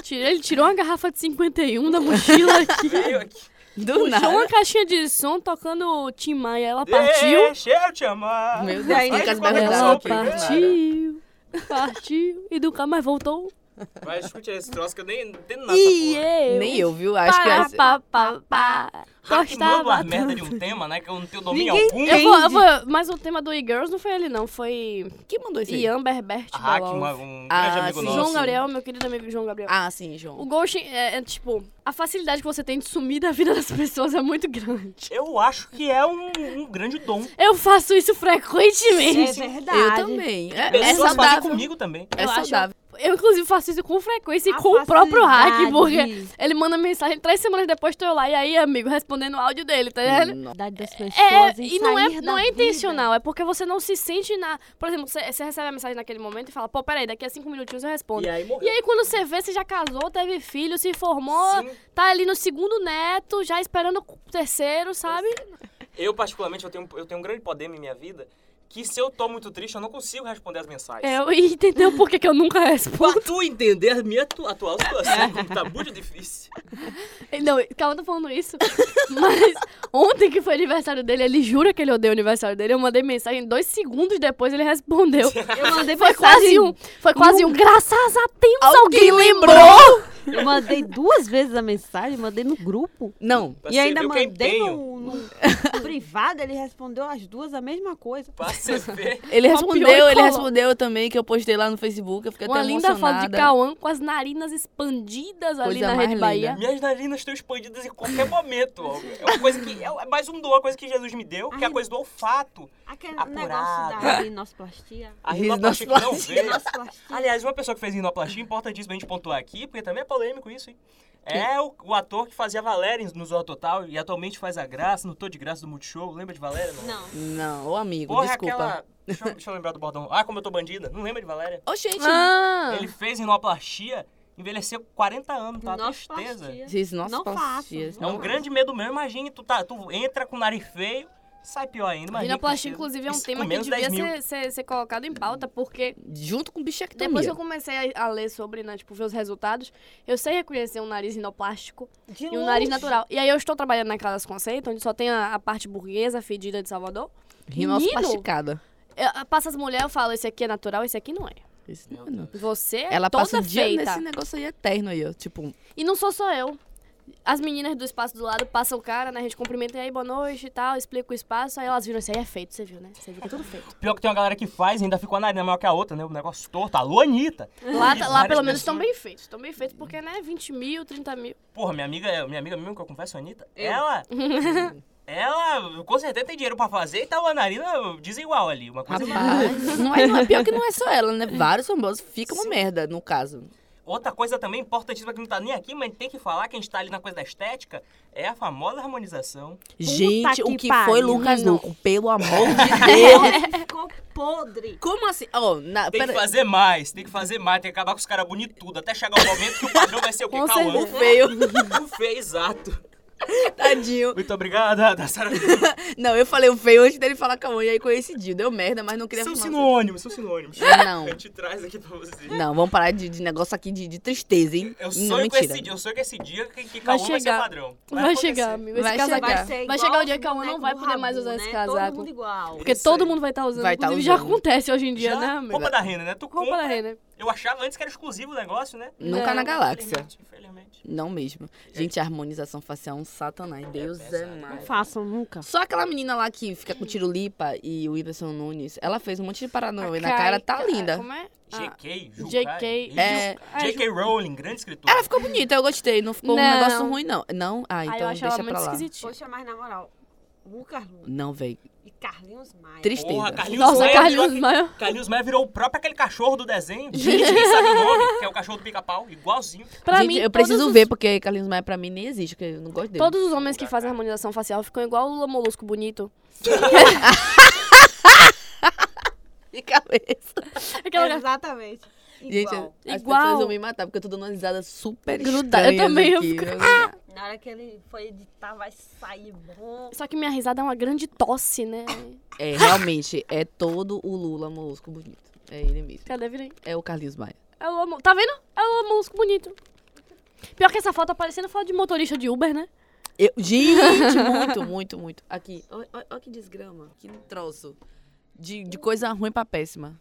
Tira- Ele tirou uma garrafa de 51 da mochila aqui. Veio aqui. Do Puxou nada. uma caixinha de som tocando Tim Maia. Ela partiu. Deixa É, eu te Ah. amar. Meu Aí Deus, fica as quando barras ela Ela aqui. partiu. Partiu. E nunca mais voltou. Tá, Vai, escute esse troço que eu nem entendo nada. E dessa porra. eu. Nem eu, viu? Acho que é Pará, essa... pá, pá, pá. Hackmando uma Gostava. merda de tanto. um tema, né? Que eu não tenho domínio Ninguém algum. Eu vou, eu vou, mas o tema do E-Girls não foi ele, não. Foi Quem mandou isso aí? Ian Berbert. A Hack, Balão. uma- um Ah, grande amigo sim. nosso. João Gabriel, meu querido amigo João Gabriel. Ah, sim, João. O ghosting é, é, tipo, a facilidade que você tem de sumir da vida das pessoas é muito grande. Eu acho que é um, um grande dom. Eu faço isso frequentemente. É verdade. Eu também. É, é Pessoas fazem saudável. comigo também. É Eu acho- saudável. Eu, inclusive, faço isso com frequência e A com o próprio hack, facilidade porque ele manda mensagem três semanas depois, tô eu lá, e aí, amigo, respondendo o áudio dele, tá ligado? Idade das pessoas É, em e não é, sair não da é vida. intencional, é porque você não se sente na. Por exemplo, você, você recebe a mensagem naquele momento e fala, pô, peraí, daqui a cinco minutinhos eu respondo. E aí morreu. E aí, quando você vê, você já casou, teve filho, se formou, Sim. tá ali no segundo neto, já esperando o terceiro, sabe? Eu, particularmente, eu tenho, eu tenho um grande poder em minha vida que se eu tô muito triste, eu não consigo responder as mensagens. É, Eu e entendeu por que, que eu nunca respondo. Pra tu entender a minha atu- atual situação, como tá muito difícil. Não, calma, eu tô falando isso. Mas ontem que foi aniversário dele, ele jura que ele odeia o aniversário dele. Eu mandei mensagem, dois segundos depois ele respondeu. Eu mandei Foi quase um, foi quase um, graças a Deus alguém, lembrou. Eu mandei duas vezes a mensagem, mandei no grupo. Não. Pra e você ainda ver o que eu mandei empenho, no, no privado, ele respondeu as duas a mesma coisa. Pra você ver. Copiou e Ele respondeu, ele colou. respondeu também, que eu postei lá no Facebook, eu fiquei Uma até linda foto de emocionada. Cauã com as narinas expandidas ali Coisa na mais Rede linda. Bahia. Minhas narinas estão expandidas em qualquer momento, Olga. É uma coisa que. É mais um dom, uma coisa que Jesus me deu, que é a coisa do olfato. Aquele Apurado. negócio da rinoplastia. A tá Riso rinoplastia que não rinoplastia. vê. Rinoplastia. Aliás, uma pessoa que fez rinoplastia, importantíssimo a gente pontuar aqui, porque também é polêmico isso, hein? É o, o ator que fazia Valéria no Zorro Total e atualmente faz a graça, no Tô de Graça do Multishow. Lembra de Valéria? Não. Não. Não, ô amigo, Porra, é desculpa. aquela. Deixa eu, deixa eu lembrar do bordão. Ah, como eu tô bandida. Não lembra de Valéria? Ô, gente. Ah, Ele fez rinoplastia, envelheceu 40 anos, tá? Uma Tristeza. Rinoplastia. Gente, nossa, Não nossa, faço, dias. É um Não. grande medo meu. Imagine, tu, tá, tu entra com o nariz feio, sai pior ainda. imagina que Rinoplastia, tristeza. inclusive, é um Isso tema com que menos 10 devia mil. ser, ser, ser colocado em pauta, porque Junto com bichectomia. depois que eu comecei a, a ler sobre, né, tipo, ver os resultados, eu sei reconhecer um nariz rinoplástico De e um nariz natural. E aí eu estou trabalhando na Calas Conceito, onde só tem a, a parte burguesa fedida de Salvador. Rinoplasticada. Eu, passa as mulheres, eu falo, esse aqui é natural, esse aqui não é. Esse não é não. Você é Ela toda passa o dia feita. nesse negócio aí eterno aí, ó. Tipo, E não sou só eu. As meninas do espaço do lado passam o cara, né? A gente cumprimenta e aí, boa noite e tal, explica o espaço. Aí elas viram isso aí é feito, você viu, né? Você viu que é tudo feito. Pior que tem uma galera que faz e ainda ficou a narina maior que a outra, né? O negócio torto. Alô, Anitta! Lá, Várias lá pelo pessoas. menos estão bem feitos. Estão bem feitos porque, né? 20 mil, 30 mil. Porra, minha amiga, é, minha amiga mesmo que eu confesso, a Anitta, ela. ela com certeza tem dinheiro pra fazer e tá uma narina desigual ali. Uma coisa rapaz. não é, não é pior que não é só ela, né? Vários famosos ficam uma merda, no caso. Outra coisa também importantíssima que não tá nem aqui, mas tem que falar, quem está ali na coisa da estética, é a famosa harmonização. gente, o que que pariu, foi Lucas não. Luco? Pelo amor de Deus. Ficou podre. Como assim? Ó, na- Tem que pera. fazer mais, tem que fazer mais, tem que acabar com os caras bonitudos, até chegar o momento que o padrão vai ser o quê? Com Cauã. O feio, O feio, exato. tadinho. Muito obrigada, da Sara. Não, eu falei o feio antes dele falar Cauã, e aí coincidiu. Deu merda, mas não queria São falar. sinônimos, são sinônimos. Não, A gente traz aqui pra vocês. não, vamos parar de, de negócio aqui de, de tristeza, hein? Eu não, É sonho, com mentira. esse, dia- eu sonho com esse dia que, que Vai Cauã vai ser chegar. padrão. Vai, chegar, acontecer. amigo. Esse Vai casaco. chegar. ser Vai igual chegar o os dia que a Cauã não bonecos vai do poder mais Rabu, usar esse né? casaco. Todo mundo igual. Porque Isso todo aí. mundo vai estar usando. Vai tá Inclusive, já usando. acontece hoje em dia, Já, né, amigo? roupa da renda, né? Tu Roupa da compra, Renner. Eu achava antes que era exclusivo o negócio, né? Nunca Não, na galáxia. Infelizmente, infelizmente. Não mesmo. Gente, a harmonização facial é um satanás. Deus é, É. pesado. mais. Façam nunca. Só aquela menina lá que fica com o Tiro Lipa e o Whindersson Nunes. Ela fez um monte de A paranoia na cara, tá Kai- linda. Como é? Ah, JK, Ju, JK. Kai. É, Isso. J.K. Rowling, grande escritora. Ela ficou bonita, eu gostei. Não ficou um é? Não. negócio ruim, não. Não? Ah, aí eu então achava deixa muito pra lá. esquisitinho. Poxa, mas na moral, Lucas Luna Não, véi. e Carlinhos Maia. Tristeza. Porra, Carlinhos Nossa, Maia Carlinhos virou- Maia. Carlinhos Maia virou o próprio aquele cachorro do desenho. Gente, nem sabe o nome, que é o cachorro do pica-pau, igualzinho. Pra Gente, mim, eu todos preciso os- ver, porque Carlinhos Maia pra mim nem existe, porque eu não gosto dele. Todos os homens que fazem harmonização facial ficam igual o Lula Molusco bonito. De cabeça. Aquela Exatamente. Gente, Igual. as Igual. pessoas vão me matar, porque eu tô dando uma risada super Grudada. Eu estranha também, eu aqui. fico- Na hora que ele foi editar, vai sair bom. Só que minha risada é uma grande tosse, né? É, realmente, é todo o Lula molusco bonito. É ele mesmo. Cadê, virei? É o Carlinhos Maia. É o Lula Mo- Tá vendo? É o Lula Molusco bonito. Pior que essa foto tá parecendo foto de motorista de Uber, né? Eu- gente, muito, muito, muito. Aqui, olha que desgrama. Que troço. De, de coisa ruim pra péssima.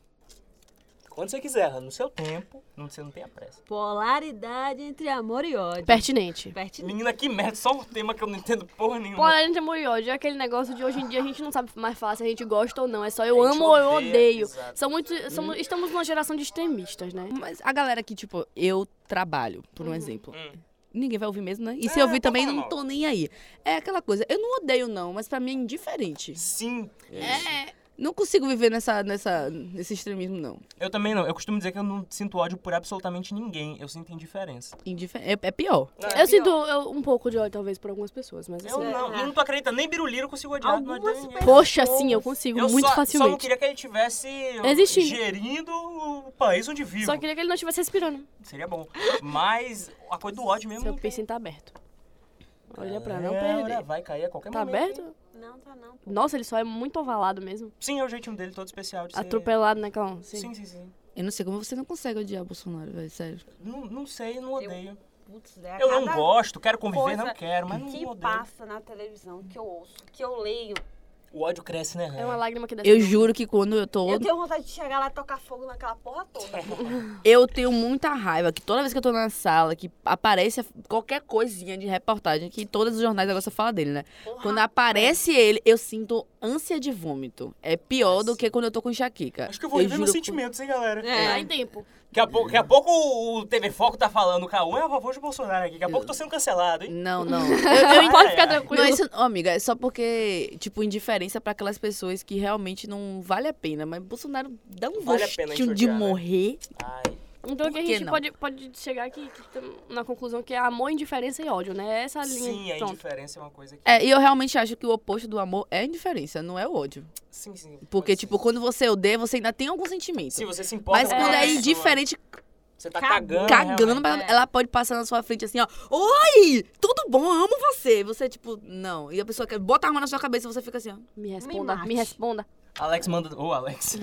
Quando você quiser, no seu tempo, não, você não tem a pressa. Polaridade entre amor e ódio. Pertinente. Pertinente. Menina, que merda, só um tema que eu não entendo porra nenhuma. Polaridade entre amor e ódio é aquele negócio de hoje em dia a gente não sabe mais falar se a gente gosta ou não. É só eu A gente amo ou eu odeia, odeio. exato. São muito, são- estamos numa geração de extremistas, né? Mas a galera que, tipo, eu trabalho, por um exemplo. Hum. Ninguém vai ouvir mesmo, né? E se É, eu ouvir tá também, falando não tô nem aí. É aquela coisa, eu não odeio não, mas pra mim é indiferente. Sim. Não consigo viver nessa, nessa, nesse extremismo, não. Eu também não. Eu costumo dizer que eu não sinto ódio por absolutamente ninguém. Eu sinto indiferença. Indifer é, é pior. Eu sinto eu, um pouco de ódio, talvez, por algumas pessoas, mas Eu assim. não, É. não tô acreditando. Nem biruliro eu consigo odiar. Não odeio Algumas ninguém. Poxa, sim, eu consigo Eu muito só, só não facilmente. queria que ele tivesse Existindo. gerindo o país onde vivo. Só queria que ele não estivesse respirando. Seria bom. Mas a coisa do ódio mesmo. Seu não tem. piercing tá aberto. Olha pra É, não olha, perder. vai cair a qualquer Tá momento. hein? aberto? Não, tá não. Pô. Nossa, ele só é muito ovalado mesmo. Sim, é o jeitinho dele todo especial de ser- Atropelado, né, Calão? Sim. Sim, sim, sim. Eu não sei como você não consegue odiar Bolsonaro, velho, sério. Não, não sei, não odeio. Putz, é Eu, não cada gosto, quero conviver, coisa não quero, mas não Que odeio. passa na televisão, que eu ouço, que eu leio. O ódio cresce, né, É uma Hannah? lágrima que desce. Eu no- juro que quando eu tô. Eu tenho vontade de chegar lá e tocar fogo naquela porra toda. Eu tenho muita raiva que toda vez que eu tô na sala, que aparece qualquer coisinha de reportagem, que todos os jornais agora só falam dele, né? Porra. Quando aparece ele, eu sinto ânsia de vômito. É pior do que quando eu tô com enxaqueca. Acho que eu vou viver meus juro por- sentimentos, hein, galera. É, dá em tempo. Daqui a, pouco, daqui a pouco o TV Foco tá falando, o Cauã é a favor de Bolsonaro aqui. Daqui a pouco eu tô sendo cancelado, hein? Não, não. Ah, Ai, Eu, pode ai, ficar ai. tranquilo. Não, isso, Ô, amiga, é só porque, tipo, indiferença pra aquelas pessoas que realmente não vale a pena. Mas Bolsonaro dá um Vale a pena a gente gostinho de odiar, né? morrer. Ai. Então Por aqui a que gente não? pode, pode chegar aqui que tem na conclusão que é amor, indiferença e ódio, né? É Essa a linha. Sim, a Pronto. indiferença é uma coisa que. Tá É, e eu realmente acho que o oposto do amor é a indiferença, não é o ódio. Sim, sim. pode Porque, ser. tipo, quando você odeia, você ainda tem algum sentimento. é. se você se importa. Mas com quando a é pessoa, indiferente, Você tá cagando, cagando. cagando, realmente. pra- É. ela pode passar na sua frente assim, ó. Oi, tudo bom, amo você. Você, tipo, não. E a pessoa quer bota a arma na sua cabeça e você fica assim, ó. Me responda, me, mate. responda. Alex manda. Ô, Alex.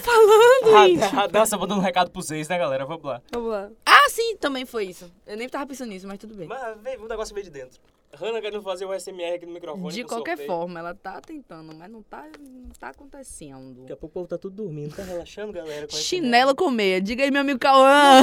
Falando isso. Dança mandando um recado pra vocês, né, galera? Vamos lá. Vamos lá. Ah, sim, também foi isso. Eu nem tava pensando nisso, mas tudo bem. Mas veio- o negócio veio de dentro. Hannah querendo fazer o SMR aqui no microfone. De com qualquer sorteio. forma, ela tá tentando, mas não tá, não tá acontecendo. Daqui a pouco o povo tá tudo dormindo, tá relaxando, galera. com esse Chinelo com meia. Diga aí, meu amigo Cauã.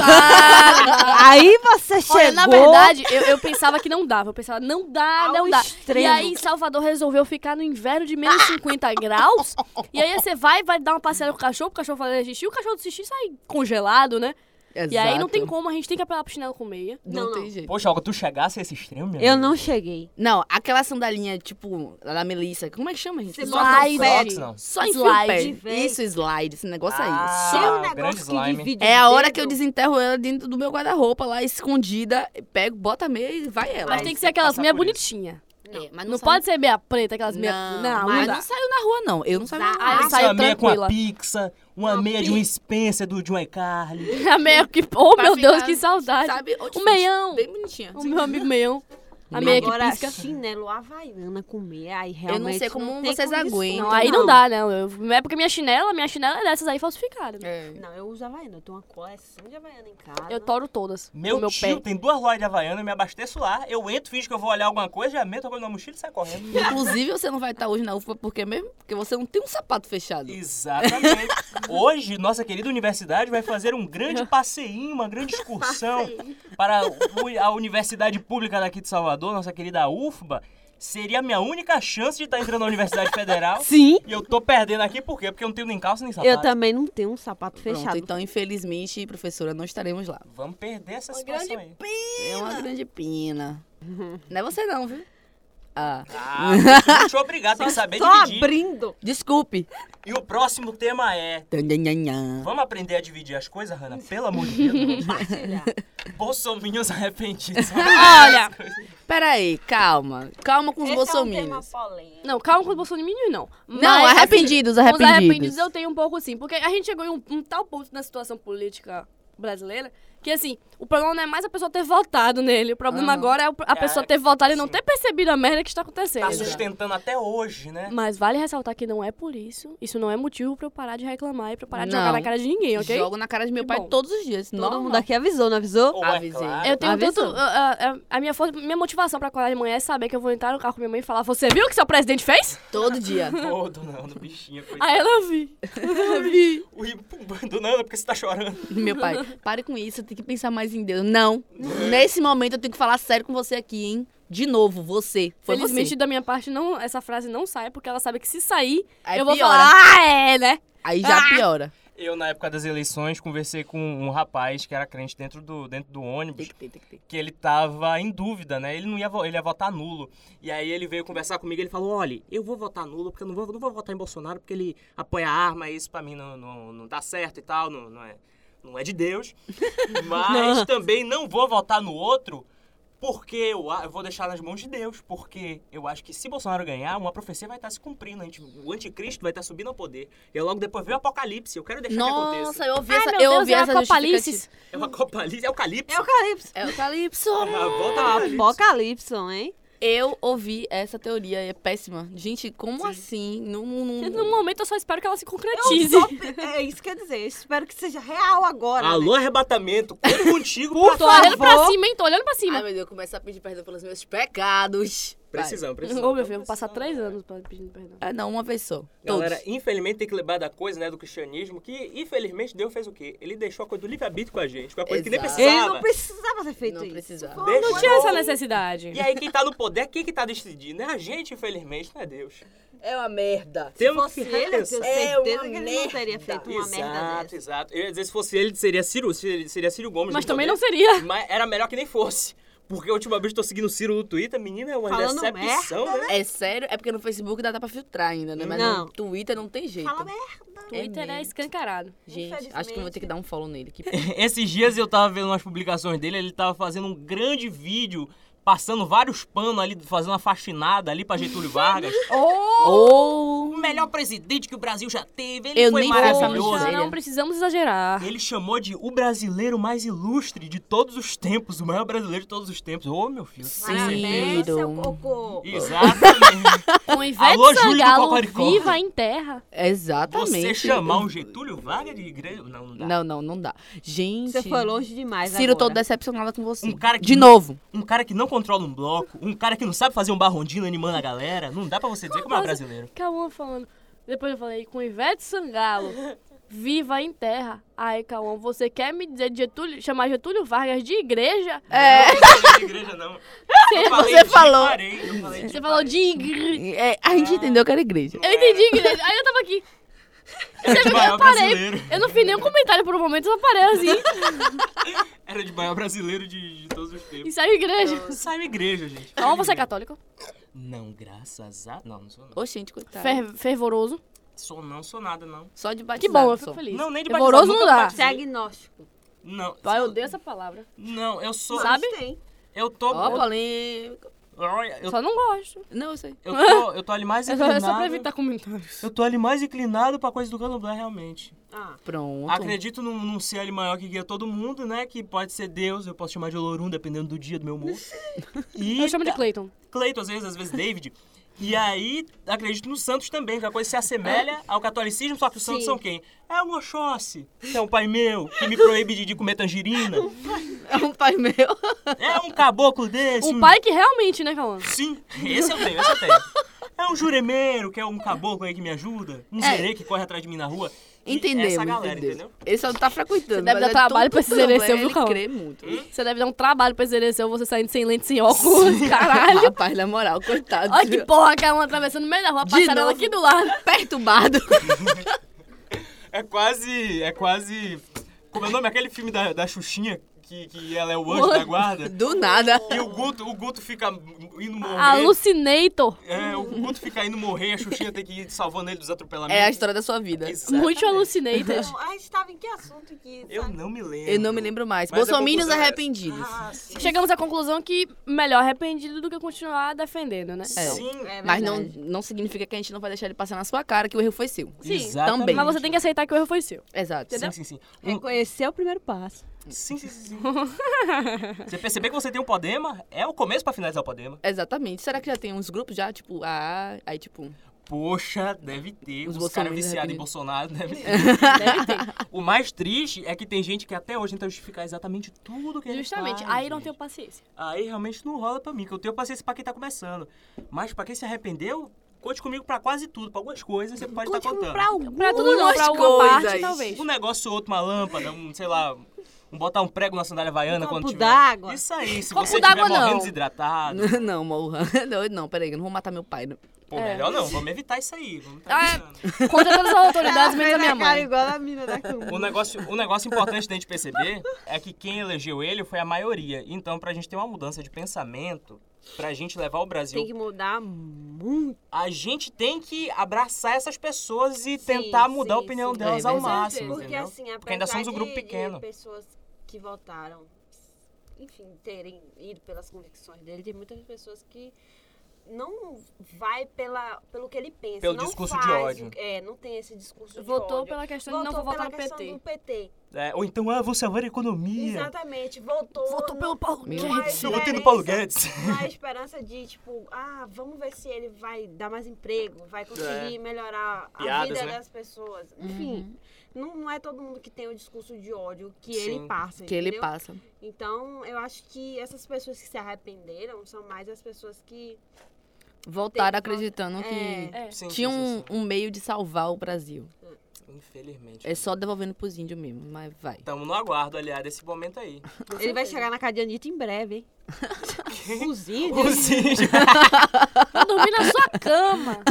tá. Aí você chegou. Olha, na verdade, eu, eu pensava que não dava. Eu pensava, não dá, Ao não dá. E extremo. aí, Salvador resolveu ficar no inverno de menos 50 graus. E aí, você vai, vai dar uma passeada com o cachorro, o cachorro fazer xixi, o cachorro do xixi sai congelado, né? E aí, não tem como, a gente tem que apelar pro chinelo com meia. Não, Não, tem não. negócio. jeito. Poxa, Olga, tu chegasse a esse extremo, minha Eu amiga? não cheguei. Não, aquela sandalinha, tipo, da Melissa. Como é que chama, gente? Você Só- bota Slide. Crocs, não. Só enfia Slide. o pé. Isso, slide, esse negócio Ah, aí. Só- um o grande slime. É a hora que eu desenterro ela dentro do meu guarda-roupa lá, escondida. Pego, bota a meia e vai ela. Mas Aí tem que você ser aquelas passa meias por isso. bonitinhas. É, mas Não, sai- pode ser meia preta, aquelas meias... Não, Não, mas não não, dá. saiu na rua, não. Eu não saio na Dá. rua. Aí Tem que ser saiu Ah, uma meia com tranquila. a Pixa, uma, meia de um Spencer do John iCarly. A meia que... Oh, Pra meu Deus, ficar- que saudade. Um Sabe? Outfit meião. Bem bonitinha. O meu amigo meião. A meia que Agora, pisca. chinelo havaiana comer, aí não realmente sei como tem vocês condição. aguentam. Não, aí não dá, não. Eu- é porque minha chinela, minha chinela é dessas aí falsificada. É. Não, eu uso havaiana. Eu tenho uma coleção de havaiana em casa. Eu toro todas. Meu, no meu tio pé. tem duas lojas de Havaiana, eu me abasteço lá, eu entro, finge que eu vou olhar alguma coisa, já meto a coisa na mochila e saio correndo. Inclusive, você não vai estar hoje na UFPA porque mesmo porque você não tem um sapato fechado. Exatamente. Hoje, nossa querida universidade vai fazer um grande passeinho, uma grande excursão para o- a universidade pública daqui de Salvador, nossa querida UFBA. Seria a minha única chance de estar entrando na Universidade Federal. Sim. E eu tô perdendo aqui por quê? Porque eu não tenho nem calça nem sapato. Eu também não tenho um sapato Pronto, fechado. então, infelizmente, professora, não estaremos lá. Vamos perder essa situação aí. É uma grande pena. Não é você não, viu? Ah, Ah, vou te obrigar, tem que saber Tô dividir. abrindo. desculpe. E o próximo tema é... Tanhanhanhã. Vamos aprender a dividir as coisas, Hanna? Pelo amor de Deus. Bolsominions arrependidos. Olha! Peraí, calma. Calma com os Esse bolsominions. É um tema polêmico. Não, calma com os bolsominions, não. é não, Mas, arrependidos, assim, arrependidos. Os arrependidos eu tenho um pouco sim. Porque a gente chegou em um, um tal ponto na situação política brasileira que, assim, o problema não é mais a pessoa ter votado nele. O problema Aham. agora é o- a É, pessoa ter votado e não sim. ter percebido a merda que está acontecendo. Tá sustentando até hoje, né? Mas vale ressaltar que não é por isso. Isso não é motivo pra eu parar de reclamar e pra eu parar de Não. jogar na cara de ninguém, ok? Jogo na cara de meu Que pai bom. todos os dias. Todo normal. mundo aqui avisou, não avisou? Ou Avisei. é claro. Eu tenho tanto. Avisou. a- a- ah, a minha, força- minha motivação pra acordar de manhã é saber que eu vou entrar no carro com minha mãe e falar: Você viu o que seu presidente fez? Todo dia. Ô, dona Ana, bichinha. coitada. Aí ela vi. Ui, pum, dona Ana, por que você tá chorando? Meu pai, pare com isso, eu tenho que pensar mais em Deus. Não. Nesse momento eu tenho que falar sério com você aqui, hein? De novo, você. Foi Felizmente, você. da minha parte, não, essa frase não sai, porque ela sabe que se sair, Aí eu vou piora. falar: Ah, é, né? Aí já piora. Eu, na época das eleições, conversei com um rapaz que era crente dentro do, dentro do ônibus, que ter, tem que ter. que ele tava em dúvida, né? Ele não ia, vo- ele ia votar nulo. E aí ele veio conversar comigo ele falou: olha, eu vou votar nulo, porque eu não vou, não vou votar em Bolsonaro, porque ele apoia a arma, isso pra mim não, não, não dá certo e tal, não, não é, não é de Deus. Mas também não vou votar no outro. Porque eu, a- eu vou deixar nas mãos de Deus, porque eu acho que se Bolsonaro ganhar, uma profecia vai estar se cumprindo, a gente- o anticristo vai estar subindo ao poder. E logo depois vem o apocalipse, eu quero deixar que aconteça. Nossa, eu ouvi Ai, essa, meu eu Deus, ouvi é essa Apocalipse. justificativa. É uma copalipse, é o calipso. É Tá, o calypso. É o Calypso. a volta do calipso. Apocalipse, hein? Eu ouvi essa teoria, é péssima. Gente, como assim? Não, não, não- No momento, eu só espero que ela se Eu concretize. só- é isso que eu ia dizer. Eu espero que seja real agora. né? Alô, arrebatamento, quero contigo, por Tô olhando pra favor. cima, hein? Tô olhando pra Ai, cima. meu Deus, eu começo a pedir perdão pelos meus pecados. Vai. Precisamos, Ô, precisamos. meu filho, eu vou passar três anos pra- pedindo perdão. Ah, não, uma vez só. Galera, Todos. infelizmente tem que lembrar da coisa, né, do cristianismo, que infelizmente Deus fez o quê? Ele deixou a coisa do livre-arbítrio com a gente, com a coisa que nem Exato. precisava. Ele não precisava ter feito Não isso. precisava. Foi- Deixa Não tinha essa eu- necessidade. E aí quem tá no poder, quem que tá decidindo? É a gente, infelizmente, não é Deus. É uma merda. Temos fosse que ele, eu tenho repensar. certeza É uma que ele não teria merda. feito uma merda Exato, dessa. exato. Eu ia dizer se fosse ele, seria Ciro, seria seria Ciro Gomes. Mas no também não poder. seria. Mas era melhor que nem fosse. Porque a última vez eu tô seguindo o Ciro no Twitter, menina, é uma Falando decepção, né? É sério? É porque no Facebook dá, dá pra filtrar ainda, né? Mas Não. no Twitter não tem jeito. Fala merda. Twitter é mesmo. escancarado. Gente, acho que eu vou ter que dar um follow nele. Que Esses dias eu tava vendo umas publicações dele, ele tava fazendo um grande vídeo, passando vários panos ali, fazendo uma faxinada ali pra Getúlio Vargas. Ou. o melhor presidente que o Brasil já teve, ele Eu foi nem vou essa maravilhoso. miséria. Poxa, não precisamos exagerar. Ele chamou de o brasileiro mais ilustre de todos os tempos, o maior brasileiro de todos os tempos. Ô, meu filho. Parabéns, seu Ciro. cocô. Exatamente. Com Ivete Alô, Júlio do Sangalo Cocoricó. viva em terra. Exatamente. Você chamar um o Getúlio Vargas de igreja? Não, não dá. Não, não, não dá. Gente. Você foi longe demais Ciro, agora. tô decepcionada com você. Um cara que- De novo. Um cara que não controla um bloco, um cara que não sabe fazer um barrondino animando a galera, não dá pra você dizer como é Nossa. brasileiro. Cauã falando. Depois eu falei, com Ivete Sangalo, viva em terra. Ai, Cauã, você quer me dizer de Getúlio, chamar Getúlio Vargas de igreja? É. Não falei de igreja, não. Eu falei Você de falou. parei, eu falei de Você falou parei. de igreja. É, a gente entendeu que era igreja. Eu entendi igreja. Aí eu tava aqui. Era de Eu maior parei. brasileiro. Eu não fiz nenhum comentário por um momento, eu só parei assim. Era de maior brasileiro de, de todos os E tempos. saiu igreja. Saiu igreja, gente. Cauã, você é católico? Não, graças a... Não, não sou não. Ô, gente, Tá. coitado. Fer- fervoroso. Sou não, sou nada, não. Só de Que batizado. bom, eu só. fico feliz. Não, nem de batizado, Fervoroso não nunca dá. batizei. Você é agnóstico. Não, Pai, eu odeio essa palavra. não, eu sou... Sabe? Tem. Eu tô... Ó, polêmica. Olha, eu, Só não gosto. Não, eu sei. eu tô... Eu tô ali mais É só, é inclinado... só pra evitar comentários. Eu tô ali mais inclinado pra coisa do candomblé, realmente. Ah, Pronto. Acredito num, num ser ali maior que guia todo mundo, né? Que pode ser Deus, eu posso chamar de Olorum, dependendo do dia, do meu humor. E tá. Eu chamo de Clayton. Cleiton, às vezes, às vezes David. E aí, acredito no Santos também, que a coisa se assemelha ao catolicismo, só que os santos Sim. são quem? É o Oxóssi, que é um pai meu, que me proíbe de, de comer tangerina. É um pai meu. É um caboclo desse. Um pai que realmente, né, Calma? Sim, esse eu tenho, esse eu tenho. É um juremeiro, que é um caboclo aí que me ajuda. Um É. zerê que corre atrás de mim na rua. E Entendemos, Essa galera, entendeu? entendeu? Ele só não tá frequentando. Você deve mas dar trabalho pra tudo esses ereção, também, viu, Ele Calma? crê muito. Você deve dar um trabalho pra exercer você saindo sem lente, sem óculos, caralho. Rapaz, na moral, coitado. Olha que porra, Calma atravessando no meio da rua, De passarela novo. aqui do lado. Perturbado. É quase. É quase. Como é o nome? Aquele filme da, da Xuxinha, que, que ela é o anjo da guarda. Do nada. E o Guto, o Guto fica indo morrer. Alucinator. É, o Guto fica indo morrer, a Xuxinha tem que ir salvando ele dos atropelamentos. É a história da sua vida. Exatamente. Muito alucinator. então, a gente tava em que assunto que. Eu sabe? não me lembro. Eu não me lembro mais. Mas a Bolsominions conclusão é essa. arrependidos. Ah, sim. Chegamos à conclusão que melhor arrependido do que continuar defendendo, né? É. Sim. É Mas não, verdade. não significa que a gente não vai deixar ele passar na sua cara que o erro foi seu. Sim, Exatamente. Mas você tem que aceitar que o erro foi seu. Exato. Sim, sim, sim. É Um- Reconhecer o primeiro passo. sim, sim, sim, sim. você perceber que você tem um podema, é o começo pra finalizar o podema. Exatamente. Será que já tem uns grupos já? Tipo, ah, aí tipo. Poxa, deve ter. Os é Os, caras bolsominions viciados em arrependidos. Bolsonaro deve ter. Deve ter. o mais triste é que tem gente que até hoje tenta justificar exatamente tudo que ele Justamente. faz, Aí não gente. tenho paciência. Aí realmente não rola pra mim, que eu tenho paciência pra quem tá começando. Mas pra quem se arrependeu, conte comigo pra quase tudo, pra algumas coisas você pode estar Conte tá contando. pra algum. Pra tudo não, Algumas pra alguma parte, coisas. talvez. Um negócio ou outro, uma lâmpada, um, sei lá, um botar um prego na sandália vaiana Um quando copo tiver. d'água. Isso aí, se Copo você d'água, estiver morrendo não. desidratado. não, morra. Não, não, peraí, eu não vou matar meu pai. né? Não. Pô, melhor não, vamos evitar isso aí. Vamos tá Ah, é. evitando. Contra todas as é autoridades, menos a minha Cara, mãe. igual a mina da turma. O negócio, o negócio importante da gente perceber é que quem elegeu ele foi a maioria. Então, pra gente ter uma mudança de pensamento, pra gente levar o Brasil, Tem que mudar muito. a gente tem que abraçar essas pessoas e Sim, tentar mudar a sim, opinião sim. delas É ao verdade. máximo, Porque entendeu? assim, apesar Porque ainda somos um de- grupo de pequeno. pessoas que votaram, enfim, terem ido pelas convicções dele, tem muitas pessoas que não vai pela, pelo que ele pensa. Pelo não discurso faz de o- ódio. É, não tem esse discurso de Votou ódio. pela questão de não vou votar no pela questão PT. do PT. É, ou então, ah, vou salvar a economia. Exatamente, votou. Votou no- é pelo Paulo Meu Guedes. Eu votei no Paulo Guedes. Na esperança de, tipo, ah, vamos ver se ele vai dar mais emprego, vai conseguir melhorar a É. Piadas, vida né? das pessoas. Enfim, não, não é todo mundo que tem o discurso de ódio que Sim, ele passa. Que ele entendeu? passa. Então, eu acho que essas pessoas que se arrependeram são mais as pessoas que. Voltaram Tem- acreditando que É. Sim, tinha sim, um, sim, um meio de salvar o Brasil. sim. Infelizmente. É só devolvendo pros índios mesmo, mas vai. Estamos no aguardo, aliás, desse momento aí. Ele vai chegar na cadeia Anitta em breve, hein? Cozinha. Os índios. Vou dormir na sua cama.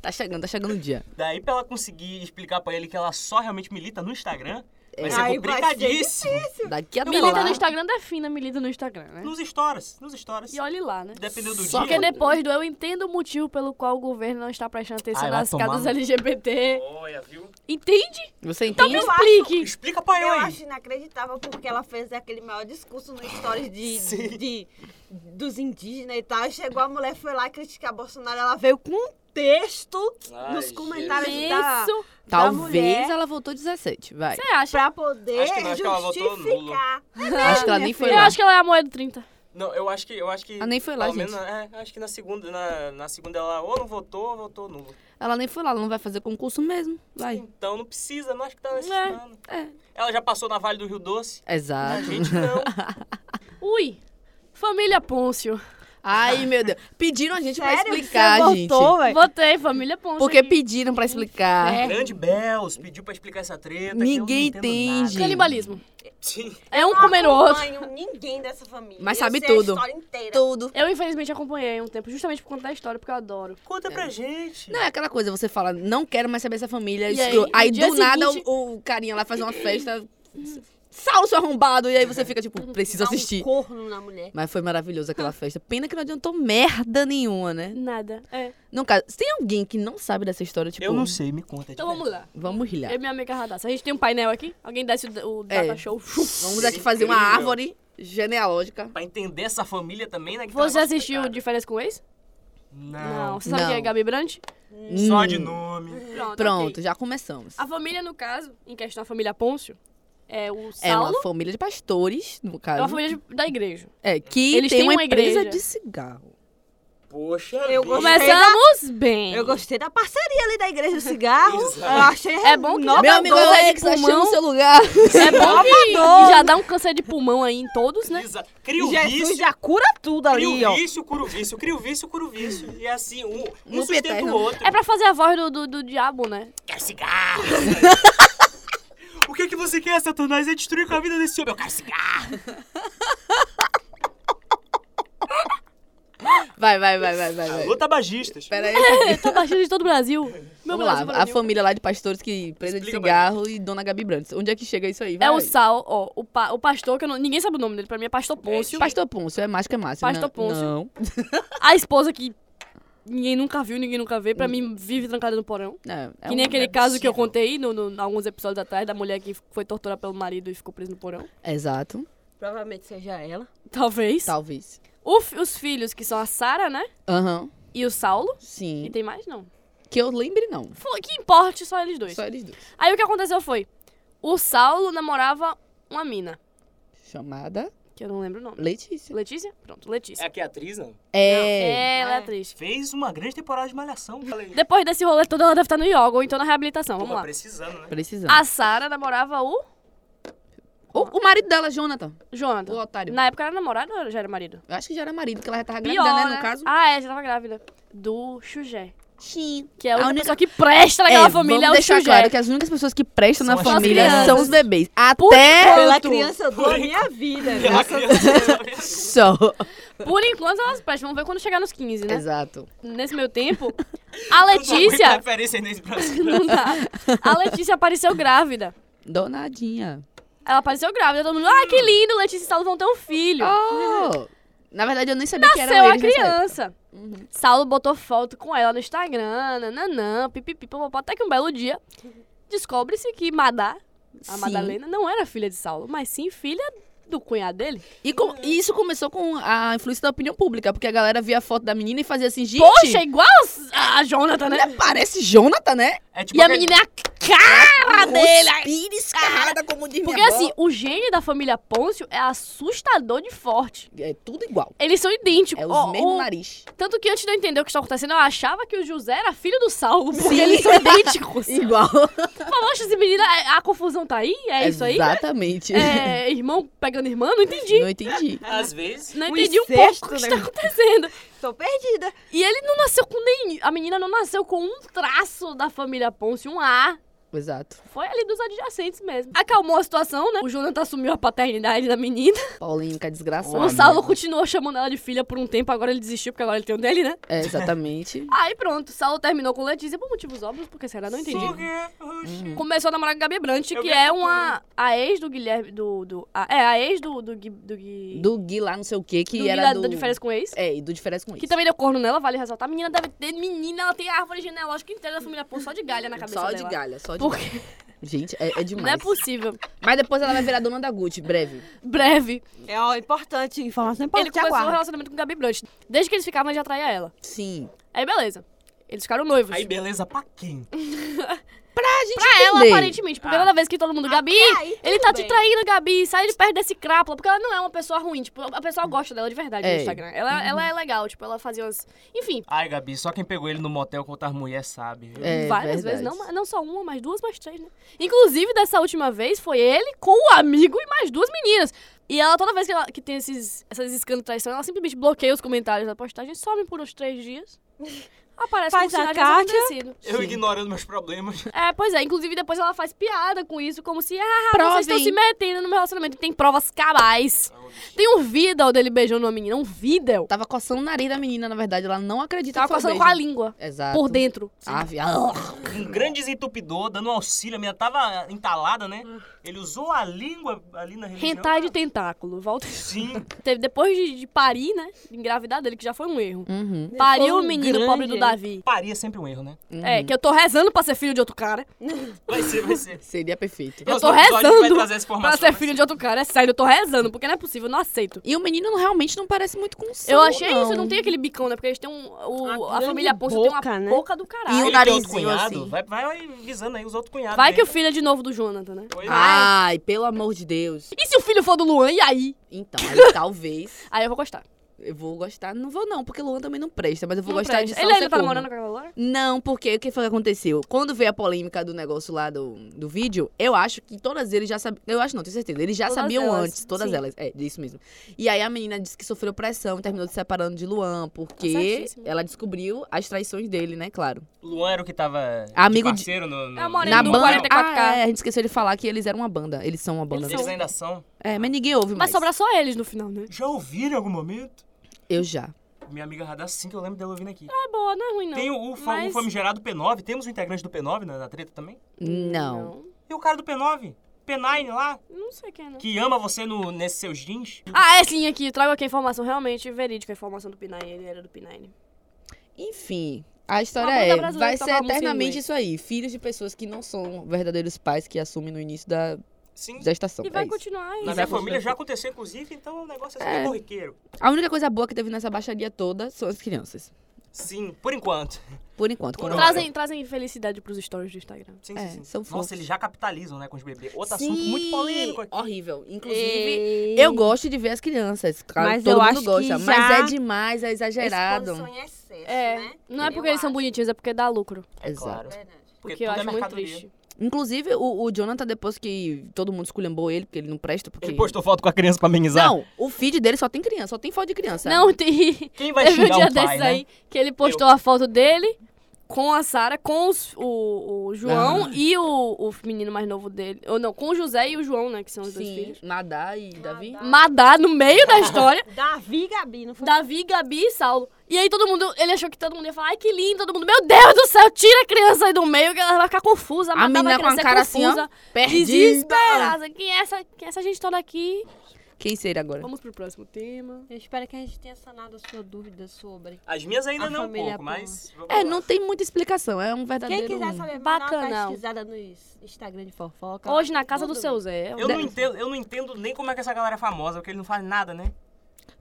Tá chegando, tá chegando o dia. Daí pra ela conseguir explicar pra ele que ela só realmente milita no Instagram, vai ser Aí vai ser complicadíssimo. É, Daqui até Milita lá, no Instagram, defina milita no Instagram, né? Nos stories, nos stories. E olhe lá, né? Dependendo do Só é dia. Porque depois do eu entendo o motivo pelo qual o governo não está prestando atenção Ai, vai nas tomar causas no- LGBT. Olha, viu? Entende? Você Então me entende? explique. Explica pra Eu eu acho aí. inacreditável porque ela fez aquele maior discurso no Stories Sim. de, de- dos indígenas e tal. E chegou a mulher, foi lá criticar Bolsonaro. Ela veio com um texto Ai, nos comentários da, Isso. Talvez mulher. ela voltou 17, vai. Você acha? tá pra poder Acho que não, acho que ela votou justificar. Acho que ela nem minha foi Eu lá. acho que ela é a moeda 30. Não, eu acho que. Eu acho que Ela nem foi lá, pelo gente. menos, é, acho que na segunda, na, na segunda ela ou não votou, ou votou nulo. Ela nem foi lá, ela não vai fazer concurso mesmo. Vai. Então não precisa, não acho que tá necessitando. é. Ah. Ela já passou na Vale do Rio Doce. A Exato. gente não. Ui. Família Pôncio. Ai, meu Deus. Pediram a gente pra Sério que explicar, você gente. votou, velho? Votei, família Pôncio. Porque aqui. pediram pra É. explicar. Grande Bells pediu pra explicar essa treta. que eu não É. Ninguém entendo entende. nada. Canibalismo. Sim. É um Não comendo o outro. acompanho ninguém dessa família. Mas Eu sabe sei a tudo. história inteira. Tudo. Eu, infelizmente, acompanhei um tempo, justamente por conta da história, porque eu adoro. Conta pra gente. Não, é aquela coisa, você fala, não quero mais saber essa família. E isso- aí, aí, no dia do nada, seguinte- o, o carinha lá faz uma festa. Saulo, seu arrombado! E aí você fica Uhum. tipo, preciso Dá um assistir. corno na mulher. Mas foi maravilhoso aquela festa. Pena que não adiantou merda nenhuma, né? Nada. É. No caso, se tem alguém que não sabe dessa história, tipo. Eu não sei, me conta. é Então vamos lá. Vamos Eu rilhar. e minha amiga Radassa. A gente tem um painel aqui. Alguém desce o, o data É. show. Vamos aqui fazer uma Incrível. árvore genealógica. Pra entender essa família também, né? que tá um Você negócio assistiu complicado. Diferença com o Ex? Não. Você sabe Não. quem é Gabi Brandt? Só de nome. Pronto, Hum. Pronto, ok. já começamos. A família, no caso, em questão da família Pôncio, é o É Saulo, uma família de pastores, no é, caso. uma família de- da igreja. É, que Eles tem têm uma, uma empresa igreja. de cigarro. Poxa Eu vida. gostei. Começamos bem. Eu gostei da parceria ali da Igreja do Cigarro. Exato. eu achei É bom é que Nossa, Meu Nota amigo Meu amigo doze Alex, de Alex, pulmão. achando achamos seu lugar. É bom que já dá um câncer de pulmão aí em todos, né? Exa- Cria o Jesus vício, já cura tudo ali, cria o ó. vício, cura o vício, cria o vício, cura o vício. E assim, um, um No sustenta eterno. o outro. É pra fazer a voz do, do, do diabo, né? Quero cigarro! o que, que você quer, Satanás? É destruir com a vida desse homem. Eu quero cigarro! Vai, vai, vai, vai, vai. vai. Alô, tabagistas. Pera aí. Eu tô baixando de todo o Brasil. Meu Vamos Brasil, lá, a Brasil. família lá de pastores que presa de Explica cigarro e Dona Gabi Brandes. Onde é que chega isso aí? Vai. É o Sal, ó, o, pa- o pastor, que eu não- ninguém sabe o nome dele, pra mim é Pastor Pôncio. Pastor Pôncio, é mais que é Márcio. Pastor Não- Pôncio. Não, A esposa que ninguém nunca viu, ninguém nunca vê, Hum. pra mim vive trancada no porão. não. é que um- nem aquele é caso que eu possível. contei no, no- alguns episódios atrás, da mulher que foi torturada pelo marido e ficou presa no porão. é, Exato, Provavelmente seja ela. Talvez. talvez. O fi- os filhos, que são a Sara, né? Aham, E o Saulo. E sim. tem mais, não. Que eu lembre, não. Foi- Que importe, só eles dois. Só eles dois. Aí o que aconteceu foi: o Saulo namorava uma mina, Chamada que eu não lembro o nome. Letícia. Letícia? Pronto, É Letícia. aqui a atriz, não? É. Ela é É. atriz. Fez uma grande temporada de malhação, falei. Depois desse rolê todo, ela deve estar no yoga ou então na reabilitação. Vamos Tava lá. precisando, né? Precisando. A Sara namorava o O, o marido dela, Jonathan. O Jonathan. otário. Na época era namorado ou já era marido? Eu acho que já era marido, que ela já tava grávida, Pior, né? No caso. Ah, é, já tava grávida. Do Xugé. Sim. Que é a A única, única- pessoa que presta naquela família é vamos o deixar Xugé. claro que as únicas pessoas que prestam São na as família crianças. são os bebês. Por Até Pela tu. criança eu dou a minha vida. né? Pela criança. Só. Por enquanto elas prestam. Vamos ver quando chegar nos 15, né? Exato. Nesse meio tempo, a Não Letícia... referência nesse Brasil. Não dá. A Letícia apareceu grávida. Donadinha. Ela apareceu grávida, todo mundo, Hum. ah, que lindo, Letícia e Saulo vão ter um filho. Oh! Na verdade, eu nem sabia que Nasceu era a eles nessa época. Uhum. criança. Saulo botou foto com ela no Instagram, nananã, pipipi, popopó, até que um belo dia descobre-se que Madá, a Sim. Madalena, não era filha de Saulo, mas sim filha do cunhado dele. E, com- e isso começou com a influência da opinião pública, porque a galera via a foto da menina e fazia assim, gente... Poxa, igual a Jonathan, né? né? Parece Jonathan, né? É tipo E a aquele- menina é a cara dele. Pires, carrada como de minha Porque avó. assim, o gene da família Pôncio é assustador de forte. É tudo igual. Eles são idênticos. É os tipo, Ó, mesmos o- nariz. Tanto que antes de eu entender o que está acontecendo, eu achava que o José era filho do Saulo, porque Sim. eles são idênticos. Igual. Falou, esse menino, a, a confusão tá aí? É isso aí? Exatamente. É irmão pegando irmã? Não entendi. Não entendi. Às vezes. Não Um entendi um incesto, pouco o que né? está acontecendo. Tô perdida. E ele não nasceu com nem... A menina não nasceu com um traço da família Ponce, um A. Exato. Foi ali dos adjacentes mesmo. Acalmou a situação, né? O Jonathan assumiu a paternidade da menina. Polêmica, desgraçada. o Saulo continuou chamando ela de filha por um tempo. Agora ele desistiu, porque agora ele tem um dele, né? É, exatamente. Aí pronto, Saulo terminou com Letícia por motivos óbvios, porque será? Não entendi. Começou a namorar com a Gabi Brant, Eu que vi é essa uma. A ex do Guilherme. Do. do a- é, a ex do. Do. Gui- Do. Gui- Do Gui lá, não sei o que, que do Gui era da, do... da diferença com o ex. É, e do diferença com isso. Que também deu corno nela, vale ressaltar. A menina deve ter. Menina, ela tem a árvore genealógica inteira da família Pô, só de galha na é cabeça Só dela. de galha, só de galha. Porque Gente, é, é demais. não é possível. Mas depois ela vai virar dona da Gucci, breve. Breve. É ó, importante, informação ele importante. começou o Aguarda. relacionamento com Gabi Brant. Desde que eles ficavam, ele já traía ela. Sim. Aí, beleza. Eles ficaram noivos. Aí, beleza, pra quem? Pra É, ela, aparentemente, porque Ah. toda vez que todo mundo, Gabi, aí ele tudo tá te bem. traindo, Gabi, sai de perto desse crápula, porque ela não é uma pessoa ruim, tipo, a pessoa gosta dela de verdade É. no Instagram. Ela, Uhum. ela é legal, tipo, ela fazia umas. Enfim, Ai, Gabi, só quem pegou ele no motel com outras mulheres sabe. viu? É, várias vezes, verdade. não, ma- não só uma, mas duas, mais três, né? Inclusive, dessa última vez, foi ele com o amigo e mais duas meninas. E ela, toda vez que, ela, que tem esses, essas escândalos de traição, ela simplesmente bloqueia os comentários da postagem, some por uns três dias. Aparece um Faz como se a nada Kátia. tivesse acontecido. Eu ignorando meus problemas. É, pois é. Inclusive, depois ela faz piada com isso, como se, ah, vocês estão Provem. se metendo no meu relacionamento. Tem provas cabais. Tem um vídeo dele beijando uma menina, um vídeo. Tava coçando o nariz da menina, na verdade. Ela não acredita Tava que foi Tá coçando um com a beijo. língua, Exato. por dentro. Ave, ah, Um grande desentupidor, dando um auxílio. A minha tava entalada, né? Ele usou a língua ali na religião. Hentai de tentáculo. Volta. Sim. Teve- Depois de, de parir, né? Engravidar dele, que já foi um erro. Uhum. uhum. Pariu Foi o um menino grande pobre do Davi. Parir é sempre um erro, né? É, que eu tô rezando pra ser filho de outro cara. Vai ser, vai ser. Seria perfeito. Eu Nosso tô episódio Vai rezando trazer essa Pra informação. ser filho de outro cara. É sério, eu tô rezando, porque não é possível, eu não aceito. E o menino não- realmente não parece muito com o Saul, Eu achei não. isso, não tem aquele bicão, né? Porque eles têm um. o- Uma a família grande Ponce tem uma boca, né? boca do caralho. E o Ele tem outro narizinho, cunhado, assim. vai, vai visando aí os outros cunhados. Vai que o dele. filho é de novo do Jonathan, né? Pois é. Ai, pelo amor de Deus. E se o filho for do Luan, e aí? Então, aí, talvez Aí eu vou gostar. eu vou gostar. Não vou não, porque Luan também não presta, mas eu vou Não gostar presta. de Saul Ele ainda tá Secunda. namorando com aquela Laura? Não, porque o que foi que aconteceu? Quando veio a polêmica do negócio lá do, do vídeo, eu acho que todas eles já sabiam. Eu acho não, tenho certeza. Eles já Todas sabiam elas, antes, todas sim. elas. É, isso mesmo. E aí a menina disse que sofreu pressão e terminou se separando de Luan, Tá porque certíssimo. ela descobriu as traições dele, né? Claro. Luan era o que tava Amigo de de- parceiro no, no... É a morena Na do banda. 44K. Ah, é, a gente esqueceu de falar que eles eram uma banda. Eles são uma banda. Eles ainda são. É, mas ninguém ouve Mas mais. sobra só eles no final, né? Já ouviram em algum momento? Eu já. Minha amiga Radar, sim que eu lembro dela ouvindo aqui. É boa, não é ruim, não. Tem o, o, fa- o mas- famigerado P9, temos o integrante do P9 na, na treta também? um- Hum, Não. E o cara do P9, P9 lá, Não, não sei quem é, não. que ama você no, nesses seus jeans. Ah, é sim, aqui. Trago aqui a informação realmente verídica. A informação do P9. Ele era do P9. Enfim, a história Uma banda é, brasileira vai que ser tocava música em eternamente inglês. isso aí. Filhos de pessoas que não são verdadeiros pais que assumem no início da, Sim. da estação. E vai é isso. continuar Na isso. minha vai família continuar. já aconteceu, inclusive, então o negócio é assim, É. é corriqueiro. A única coisa boa que teve nessa baixaria toda são as crianças. Sim, por enquanto. Por enquanto. Por quando- hora. Trazem, trazem felicidade pros stories do Instagram. Sim, É, sim, sim. são fofos. Nossa, eles já capitalizam, né, com os bebês. Outro Sim, assunto muito polêmico aqui. Horrível. Inclusive, Ei. eu gosto de ver as crianças. Claro, Mas todo eu mundo acho que gosta. Mas já- é demais, é exagerado. Exposição em um excesso, É. né? Não é Eu porque eles são acho. bonitinhos, é porque dá lucro. É Exato. claro. Verdade. Porque, tudo eu acho é muito mercadoria. triste. Inclusive, o, o Jonathan, depois que todo mundo esculhambou ele, porque ele um não presta, porque. Ele postou foto com a criança pra amenizar. Não, o feed dele só tem criança, só tem foto de criança. Não, tem. Quem vai Teve um xingar dia o pai, desses né? aí que ele postou a foto dele com a Sara, com os- o, o João e o, o menino mais novo dele. Ou não, com o José e o João, né? Que são os dois Sim, filhos. Nadar e Davi. Madá no meio da história. Davi e Gabi, não foi? Davi, Gabi e Saulo. E aí todo mundo, ele achou que todo mundo ia falar, ai que lindo, todo mundo, meu Deus do céu, tira a criança aí do meio, que ela vai ficar confusa. A Madá menina vai com a crescer cara assim, ó, confusa, desesperada. Quem é, essa, quem é essa gente toda aqui? Quem seria agora? Vamos pro próximo tema. Eu espero que a gente tenha sanado a sua dúvida sobre. As minhas ainda A não, um família pouco, boa. mas... vamos É, lá. não tem muita explicação, é um verdadeiro... Quem quiser saber mais, dá uma Bacanal. pesquisada no Instagram de fofoca. Hoje na casa do Tudo. seu Zé. Eu não, Deve- entendo, eu não entendo nem como é que essa galera é famosa, porque ele não faz nada, né?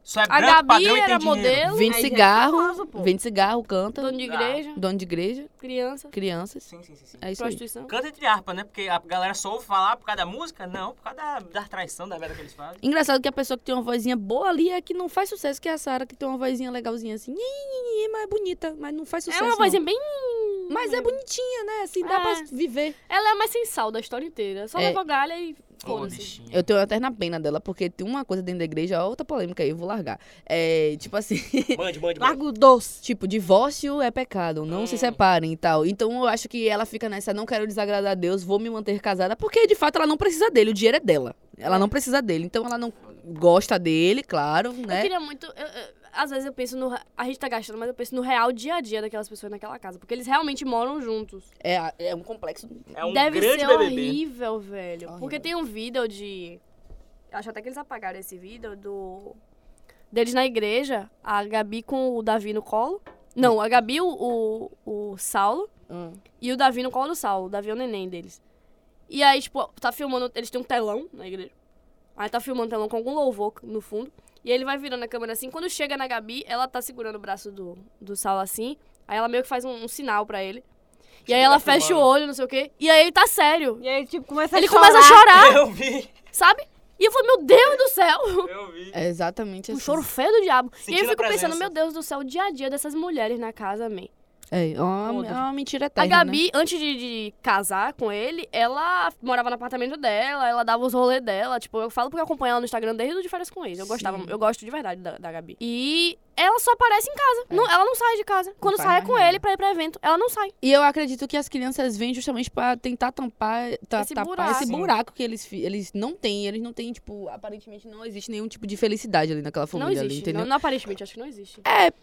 Só é A branco, Gabi padrão e tem era dinheiro. modelo, Vende Aí já é cigarro, famoso, pô. vende cigarro, canta, dono de Ah. igreja, dono de igreja, criança, crianças, Sim, sim, sim. sim. é isso aí. prostituição. Canta entre harpa, né? Porque a galera só ouve falar por causa da música? Não, por causa da, da traição, da merda que eles fazem. Engraçado que a pessoa que tem uma vozinha boa ali é que não faz sucesso, que é a Sara, que tem uma vozinha legalzinha assim, nhi, nhi, nhi, mas é bonita, mas não faz É sucesso. uma vozinha bem. não. Mas é bonitinha, né? Assim, dá É. pra viver. Ela é a mais sem sal da história inteira. Só É. levou galha e Ô, foda-se. bichinho. Eu tenho até na pena dela, porque tem uma coisa dentro da igreja, ó, outra polêmica aí, eu vou largar. É, tipo assim, Mande, mande, mande. Largo doce. Tipo, divórcio é pecado, não Hum. se separem e tal. Então eu acho que ela fica nessa, não quero desagradar a Deus, vou me manter casada, porque de fato ela não precisa dele, o dinheiro é dela. Ela não precisa dele, então ela não gosta dele, claro, Eu né? queria muito. eu- eu- às vezes eu penso no. A gente tá gastando, mas eu penso no real dia a dia daquelas pessoas naquela casa. Porque eles realmente moram juntos. É, a- é um complexo. É um Deve grande ser BBB. horrível, velho. Horrível. Porque tem um vídeo de. Eu acho até que eles apagaram esse vídeo do. Deles na igreja, a Gabi com o Davi no colo. Não, a Gabi, o, o, o Saulo. Hum. E o Davi no colo do Saulo. O Davi é o neném deles. E aí, tipo, tá filmando. Eles têm um telão na igreja. Aí tá filmando o telão com algum louvor no fundo. E ele vai virando a câmera assim. Quando chega na Gabi, ela tá segurando o braço do, do Saulo assim. Aí ela meio que faz um, um sinal pra ele. E aí Tá ela fecha o filmando. olho, não sei o quê. E aí ele tá sério. E aí, tipo, começa Ele a chorar. começa a chorar, Eu vi, sabe? E eu falei, meu Deus do céu! eu vi. É exatamente Um assim. choro feio do diabo. e Sentindo aí eu a fico pensando, presença. meu Deus do céu, o dia a dia dessas mulheres na casa, amém. É, é uma, Podre. é uma A mentira eterna. né? Gabi, antes de, de casar com ele, ela morava no apartamento dela, ela dava os rolês dela. Tipo, eu falo porque eu acompanho ela no Instagram desde o de férias com eles. Eu gostava, Sim. eu gosto de verdade da, da Gabi. E ela só aparece em casa. Não- ela não sai de casa. Quando faz sai é É. mais com nada. ele pra ir pra evento, ela não sai. E eu acredito que as crianças vêm justamente pra tentar tampar, ta- Esse tapar buraco. esse Sim. buraco que eles, fi- eles não têm. Eles não têm, tipo, aparentemente não existe nenhum tipo de felicidade ali naquela família, não ali, existe. entendeu? Não, não, aparentemente, acho que não existe.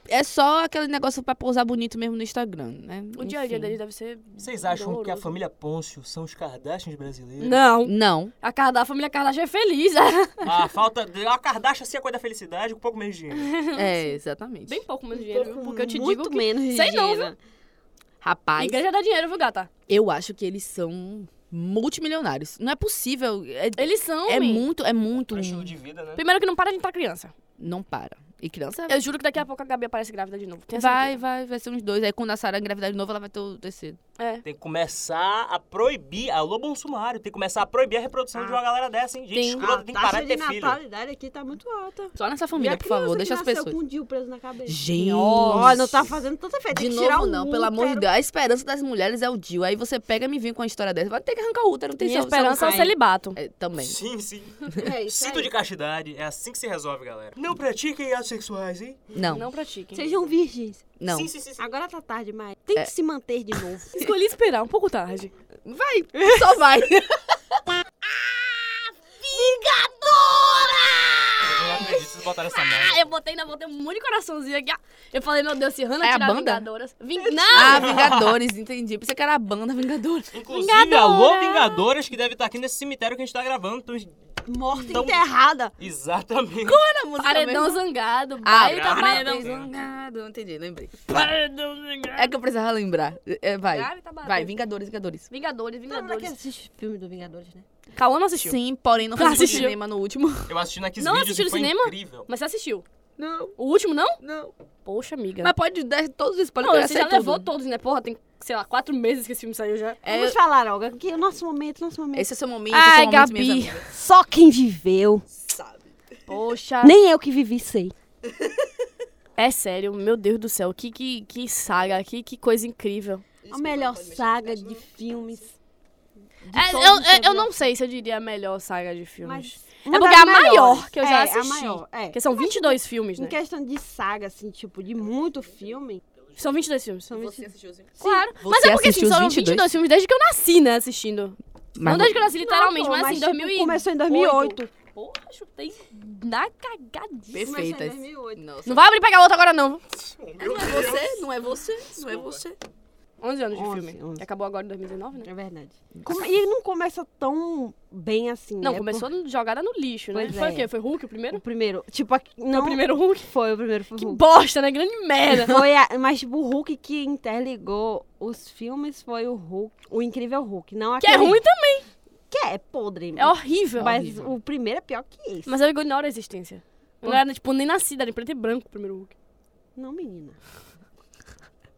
É só aquele negócio pra pousar bonito mesmo no Instagram, né? O dia a dia Enfim. deles deve ser. Vocês acham que a doloroso. família Pôncio são os Kardashians É. brasileiros? Não. Não. A, Karda- a família Kardashian é feliz. Ah, A falta... de- A Kardashian sim é a coisa da felicidade, com pouco menos de dinheiro. É, Exatamente. Bem pouco menos dinheiro, porque eu te digo que... menos Sei não, viu? higiene. Rapaz, Igreja dá dinheiro, viu, gata? eu acho que eles são multimilionários. Não é possível. É, Eles são, é men. muito, é muito. Pro estilo de vida, né? Primeiro que não para de entrar criança. Não para. E criança Eu juro que daqui a pouco a Gabi aparece grávida de novo. tenho vai, vai, vai ser uns dois. Aí quando a Sara engravidar de novo, ela vai ter o terceiro. certeza. É. Tem que começar a proibir. Alô, Bolsonaro. Tem que começar a proibir a reprodução Ah. de uma galera dessa, hein? Gente, Tem. escrota, tem que parar Ah, de ter filho. natalidade aqui tá muito alta. Só nessa E família, a por favor, criança deixa que as nasceu pessoas. com um DIU preso na cabeça. Gente, Ó, não tá fazendo tanta fé. De Tem que novo, tirar o não, pelo amor de útero. Deus. A esperança das mulheres é o Dio. Aí você pega e me vem com uma história dessa. Vai ter que arrancar o útero, não tem Minha sal- esperança é o sal- celibato. É, também. Sim, sim. É isso Cinto aí. de castidade. É assim que se resolve, galera. Não pratiquem atos sexuais, hein? Não, não. Não pratiquem. Sejam virgens. Sim, sim, Ah, sim. sim. Agora tá tarde, mas tem que se manter de novo. Escolhi esperar um pouco tarde. Vai, só vai. Eu não acredito que vocês botaram essa merda. Ah, eu botei na botei um monte de coraçãozinho aqui. Ah, Eu falei, meu Deus, se Hannah É a tirar banda? Vingadoras. Ving... Não! Ah, Vingadores, entendi. Pensei que era a banda Vingadores. Inclusive, Vingadora! alô, Vingadoras, que deve estar aqui nesse cemitério que a gente tá gravando. Tô... Morta Então- enterrada. Exatamente. Era a música Paredão mesmo. zangado, Ah, baita Paredão paredão Zangado. zangado. Zangado, entendi, lembrei. Paredão zangado. É que eu precisava lembrar. É, vai. Cara, tá barato. Vai, Vingadores, Vingadores. Vingadores, Todo mundo aqui Vingadores. assiste filme do Vingadores, né? Cauã não assistiu. Sim, porém não Claro, fui no assistiu. cinema no último. Eu assisti na Kids Não Videos assistiu e no foi cinema? incrível. Mas você assistiu. Não, O último não? não. Poxa, amiga. Mas pode dar todos os spoilers. não, eu você já sei levou tudo. todos, né? Porra, tem, sei lá, quatro meses que esse filme saiu já. É, Vamos falar, Olga, que o nosso momento, nosso momento. Esse é seu momento, Ai, seu momento, Gabi. minhas amigas. Só quem viveu. Sabe. Poxa. Nem eu que vivi sei. É sério, meu Deus do céu. Que, que, que saga, que, que coisa incrível. A melhor saga de filmes. de É, eu, todos os eu- eu tempos. não sei se eu diria a melhor saga de filmes. Uma é porque das é a maior melhores. que eu já É, a assisti. maior, é. Porque são 22 filmes, né? Em questão de saga, assim, tipo, de muito filme. São 22 filmes. São 22. Você assistiu os Vingadores? Claro. Você mas é porque assim, assistiu os são 22? 22 filmes desde que eu nasci, né, assistindo. Mas não desde que eu nasci, literalmente, Não, pô, mas assim, tipo, 2008. Começou em 2008. Porra, chutei na cagadinha. Começou em Perfeitas. 2008. Nossa. Não vai abrir e pegar outra agora, não. Não é você, não é você, não é você. 11 anos de 11, filme. 11. Acabou agora em 2019, né? É verdade. Come- E não começa tão bem assim, Não, né? começou jogada no lixo, né? Pois Foi é. o quê? Foi Hulk o primeiro? Por- O primeiro. Tipo, aqui- Foi não. o primeiro Hulk? Foi o primeiro. Foi o Que Hulk. bosta, né? Grande merda. Foi a- mas, tipo, o Hulk que interligou os filmes foi o Hulk. O Incrível Hulk. Não que é aquele- ruim também. Que é, é podre. É horrível. Mas horrível. o primeiro é pior que esse. Mas eu ignoro a existência. Hum. Eu não era, tipo, nem nascida, nem preto e branco o primeiro Hulk. Não, menina.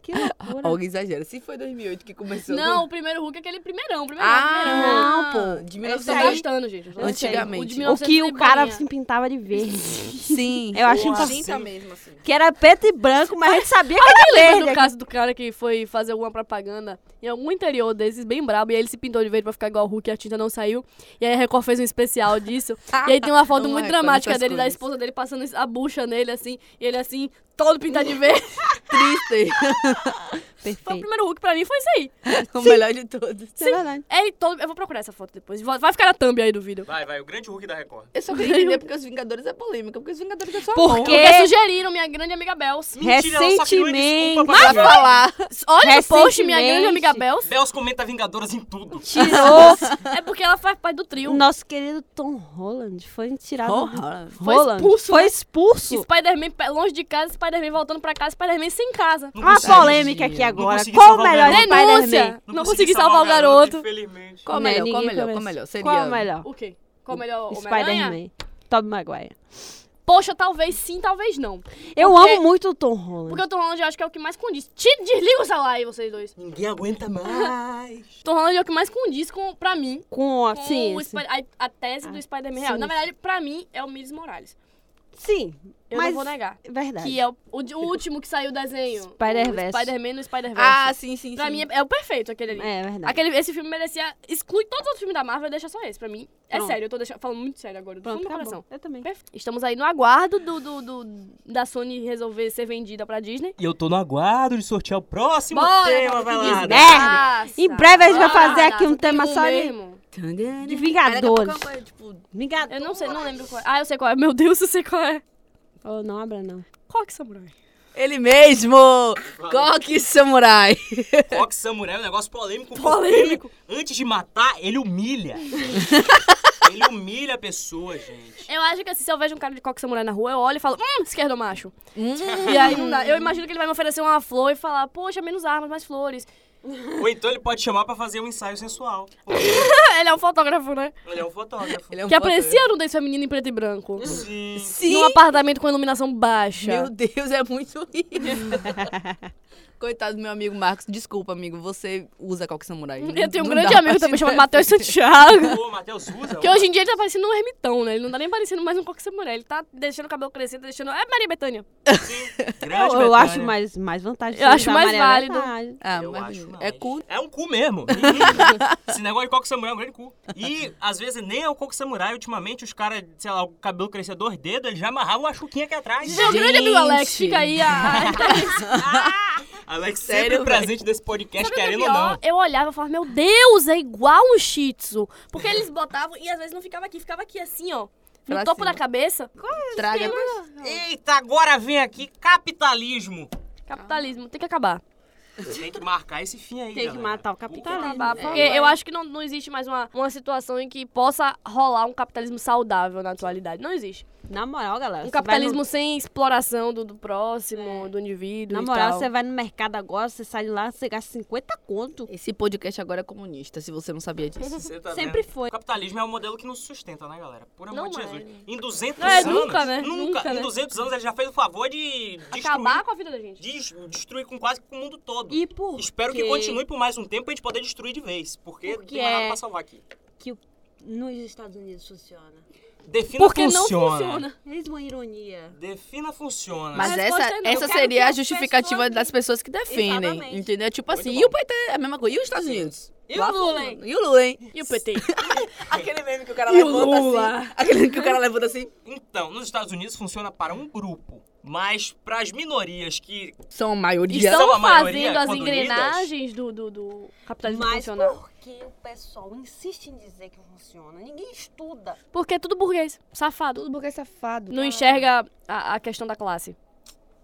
Que loucura. Alguém exagera. Se foi 2008 que começou. Não, o primeiro Hulk é aquele primeirão, primeirão. Ah, primeirão. não, pô. De Eu tô 1900. gastando, gente. eu tô gastando. Antigamente. O, de O que 1900 o que e o cara bolinha. se pintava de verde. Sim. Eu acho Nossa. impossível. Sim. mesmo, assim. Que era preto e branco, mas a gente sabia que era Lembra do verde. caso do cara que foi fazer alguma propaganda em algum interior desses, bem brabo, e aí ele se pintou de verde pra ficar igual o Hulk e a tinta não saiu. E aí a Record fez um especial disso. e aí tem um- uma foto Não muito é, quando dramática essas dele, da coisas. esposa dele passando a bucha nele, assim, e ele assim, todo pintado de verde. Triste. Foi o Perfeito. primeiro Hulk pra mim, foi isso aí. o melhor de todos. Isso é verdade. É, e todo... Eu vou procurar essa foto depois. Vai vai ficar na thumb aí do Tá vídeo. Vai, vai. O grande Hulk da Record. Eu só queria entender porque os Vingadores é polêmica. Porque os Vingadores é só Por amor. quê? Porque sugeriram minha grande amiga Bels. Mentira, ela só criou desculpa pra Pra Vingadores. falar. Olha o post, minha Recentemente- grande amiga Bels. Deus comenta Vingadoras em tudo. Tirou É porque ela faz parte do trio. o nosso querido Tom Holland. Foi tirado. do- Foi Holland. expulso, Foi né? expulso. Spider-Man pe- longe de casa, Spider-Man voltando pra casa, Spider-Man sem casa. Não Uma consegui. polêmica aqui Não agora. consegui Qual o salvar o melhor garoto. Spider-Man? Denúncia! Não, consegui salvar o garoto. Infelizmente. Qual o Né, melhor? Qual o ninguém melhor? Qual o conhece. melhor? Seria. Qual o melhor? O quê? Qual o melhor Homem-Aranha? Spider-Man. Tobey Maguire. Poxa, talvez sim, talvez não. Eu Porque- amo muito o Tom Holland. Porque o Tom Holland eu acho que é o que mais condiz. Te desliga o celular aí, vocês dois. Ninguém aguenta mais. Tom Holland é o que mais condiz com, pra mim. Com assim, a Com o ciência. Spi- a, a tese Ah, do Spider-Man real. Na ciência. verdade, pra mim, é o Miles Morales. Sim, Eu mas não vou negar. verdade. Que é o, o de- o último que saiu o desenho. Spider-Verse. O Spider-Man no Spider-Verse. Ah, sim, sim, sim. pra mim é, é o perfeito aquele ali. É verdade. Aquele, esse filme merecia. Exclui todos os outros filmes da Marvel e deixa só esse. Pra mim, é Pronto. sério. Eu tô deixando, falando muito sério agora. Do Pronto, fundo do acabou. coração. Eu também. Perfeito. Estamos aí no aguardo do, do, do- da Sony resolver ser vendida pra Disney. E eu tô no aguardo de sortear o próximo Bora, tema, né? Gabi, vai diz lá. merda. Nossa. É. Em breve a gente vai Bora, fazer aqui um gata, tem tema só de- mesmo. De Cara, daqui a pouco é Vingadores. uma coisa, tipo, Vingadores. Eu não sei, não lembro qual é. Ah, eu sei qual é. Meu Deus, eu sei qual é. Oh, não abra, não. Coque Samurai. Ele mesmo! Coque Samurai! Fox Samurai é um negócio um polêmico. Polêmico. Antes de matar, ele humilha. ele humilha a pessoa, gente. Eu acho que assim, se eu vejo um cara de coque samurai na rua, eu olho e falo, hum, esquerdo macho. Hum. E aí não dá. Eu imagino que ele vai me oferecer uma flor e falar, poxa, menos armas, mais flores. Ou então ele pode chamar pra fazer um ensaio sensual. Porque ele é um fotógrafo, né? ele é um fotógrafo. Ele é um que fotógrafo. aprecia a nudez feminina em preto e branco. Sim. Sim. Num apartamento com iluminação baixa. Meu Deus, é muito horrível. Coitado do meu amigo Marcos. Desculpa, amigo. Você usa coque samurai. Eu tenho um Não grande dá amigo pra também te chamado Matheus defender. Santiago. Pô, Matheus usa. Que hoje em dia ele tá parecendo um ermitão, né? Ele não tá nem parecendo mais um coque samurai. Ele tá deixando o cabelo crescer, tá deixando. É Maria Bethânia. Grande Eu, eu Bethânia. acho mais, mais vantajoso. é Eu acho usar mais amarelo, É válido. verdade. Ah, eu mas acho é mais. cu. É um cu mesmo. Esse negócio de coque samurai é um grande cu. E às vezes nem é o coque samurai. Ultimamente os caras, sei lá, o cabelo crescia dois dedos, eles já amarravam a chuquinha aqui atrás. Meu grande amigo Alex, Gente. fica aí a. Alex Sério, sempre velho? presente desse podcast, Sabe o que é querendo ou pior? não. Eu olhava e falava, meu Deus, é igual um shih tzu. Porque eles botavam e às vezes não ficava aqui, ficava aqui assim, ó. No Pra topo cima. da cabeça. Traga. Eita, agora vem aqui capitalismo. Capitalismo, tem que acabar. Tem que marcar esse fim aí, Tem que galera. matar o Tem que Tá capitalismo. é. acabar, porque eu acho que não, não existe mais uma, uma situação em que possa rolar um capitalismo saudável na atualidade. Não existe. Na moral, Assim, galera. Um você vai capitalismo no- sem exploração do, do É. próximo, do indivíduo. Na e moral, tal. você vai no mercado agora, você sai de lá, você gasta 50 conto. Esse podcast agora é comunista, se você não sabia disso. Você tá Sempre vendo? foi. O capitalismo é um modelo que não se sustenta, né, galera? Por amor Não de mais. Jesus. Em 200 É, anos. nunca, né? Nunca. Nunca, em né? 200 anos ele já fez o favor de destruir, Acabar com a vida da gente. des- destruir com quase que com o mundo todo. E por Espero que quê? continue por mais um tempo pra gente poder destruir de vez. Porque não Porque tem mais nada é- pra salvar aqui. Nos Estados Unidos funciona. Defina Porque funciona. não funciona. Eis uma ironia. Defina funciona. Mas A essa, resposta é não. essa Eu quero que seria a as justificativa pessoas- das pessoas que defendem. Exatamente. Entendeu? Tipo Muito assim, bom. e o PT é a mesma coisa. E os Estados Unidos? E o Lá Lula, funciona. hein? E o Lula, hein? E o PT? Aquele meme que o cara E o levanta assim. Lula? Aquele meme que o cara levanta assim. Então, nos Estados Unidos funciona para um grupo. Mas para as minorias que. São a maioria. São a Estão é maioria, fazendo as quando engrenagens do, do, do capitalismo Mas funcionar. por que o pessoal insiste em dizer que funciona? Ninguém estuda. Porque é tudo burguês, safado. Tudo porque é safado. Não enxerga a, a questão da classe.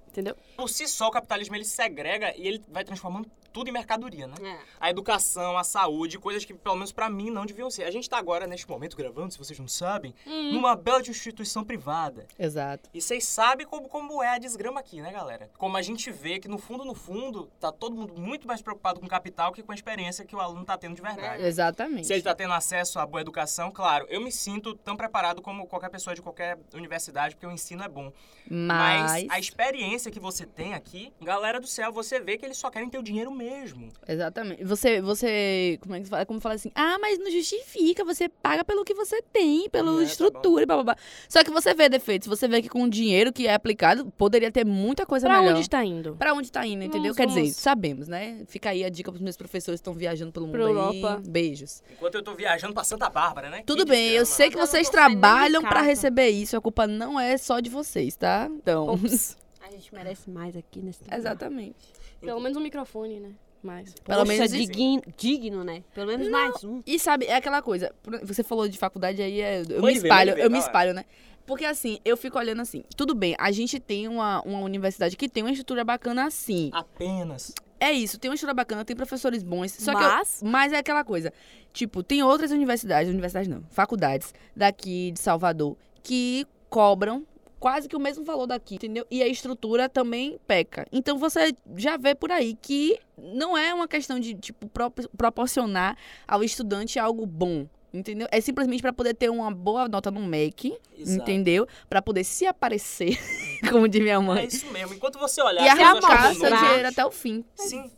Entendeu? Por si só, o capitalismo ele segrega e ele vai transformando tudo em mercadoria, né? É. a educação, a saúde, coisas que, pelo menos pra mim, não deviam ser. A gente tá agora, neste momento, gravando, se vocês não sabem, numa bela instituição privada. Exato. E vocês sabem como, como é a desgrama aqui, né, galera? Como a gente vê que, no fundo, no fundo, tá todo mundo muito mais preocupado com o capital que com a experiência que o aluno tá tendo de É. verdade. Exatamente. Se ele tá tendo acesso à boa educação, claro, eu me sinto tão preparado como qualquer pessoa de qualquer universidade, porque o ensino é bom. Mas, Mas. a experiência que você tem aqui, galera do céu, você vê que eles só querem ter o dinheiro mesmo. Exatamente. Você, você, como é que fala? Como fala assim? Ah, mas não justifica, você paga pelo que você tem, É, pela tá estrutura e blá, blá, blá. Só que você vê defeitos, você vê que com o dinheiro que é aplicado, poderia ter muita coisa Pra é melhor. onde está indo? Pra onde tá indo, entendeu? Vamos, Quer dizer, vamos. sabemos, né? Fica aí a dica pros meus professores que estão viajando pelo mundo Pra aí. Europa. Beijos. Enquanto eu tô viajando pra Santa Bárbara, né? Tudo Que bem, eu desgrama. sei que Eu não vocês tô saindo de trabalham pra casa. receber isso, a culpa não é só de vocês, tá? Então, Ops. A gente merece. Merece mais aqui nesse lugar. exatamente. Pelo menos um microfone, né? Mas. Pelo Poxa, menos digno, digno, né? Pelo menos mais um. E sabe, é aquela coisa, por- você falou de faculdade aí, é- eu Pode ver, me espalho, pode ver, eu me vai lá. espalho, né? Porque assim, eu fico olhando assim, tudo bem, a gente tem uma, uma universidade que tem uma estrutura bacana assim. Apenas. É isso, tem uma estrutura bacana, tem professores bons, só que eu- Mas. mas é aquela coisa, tipo, tem outras universidades, universidades não, faculdades daqui de Salvador que cobram quase que o mesmo valor daqui, entendeu? E a estrutura também peca. Então você já vê por aí que não é uma questão de, tipo, pro- proporcionar ao estudante algo bom. Entendeu? É simplesmente para poder ter uma boa nota no MEC, entendeu? Para poder se aparecer, como diz minha É mãe. isso mesmo. Enquanto você olhar... E as pessoas arrancar achando seu nojo, dinheiro até o fim. Sim.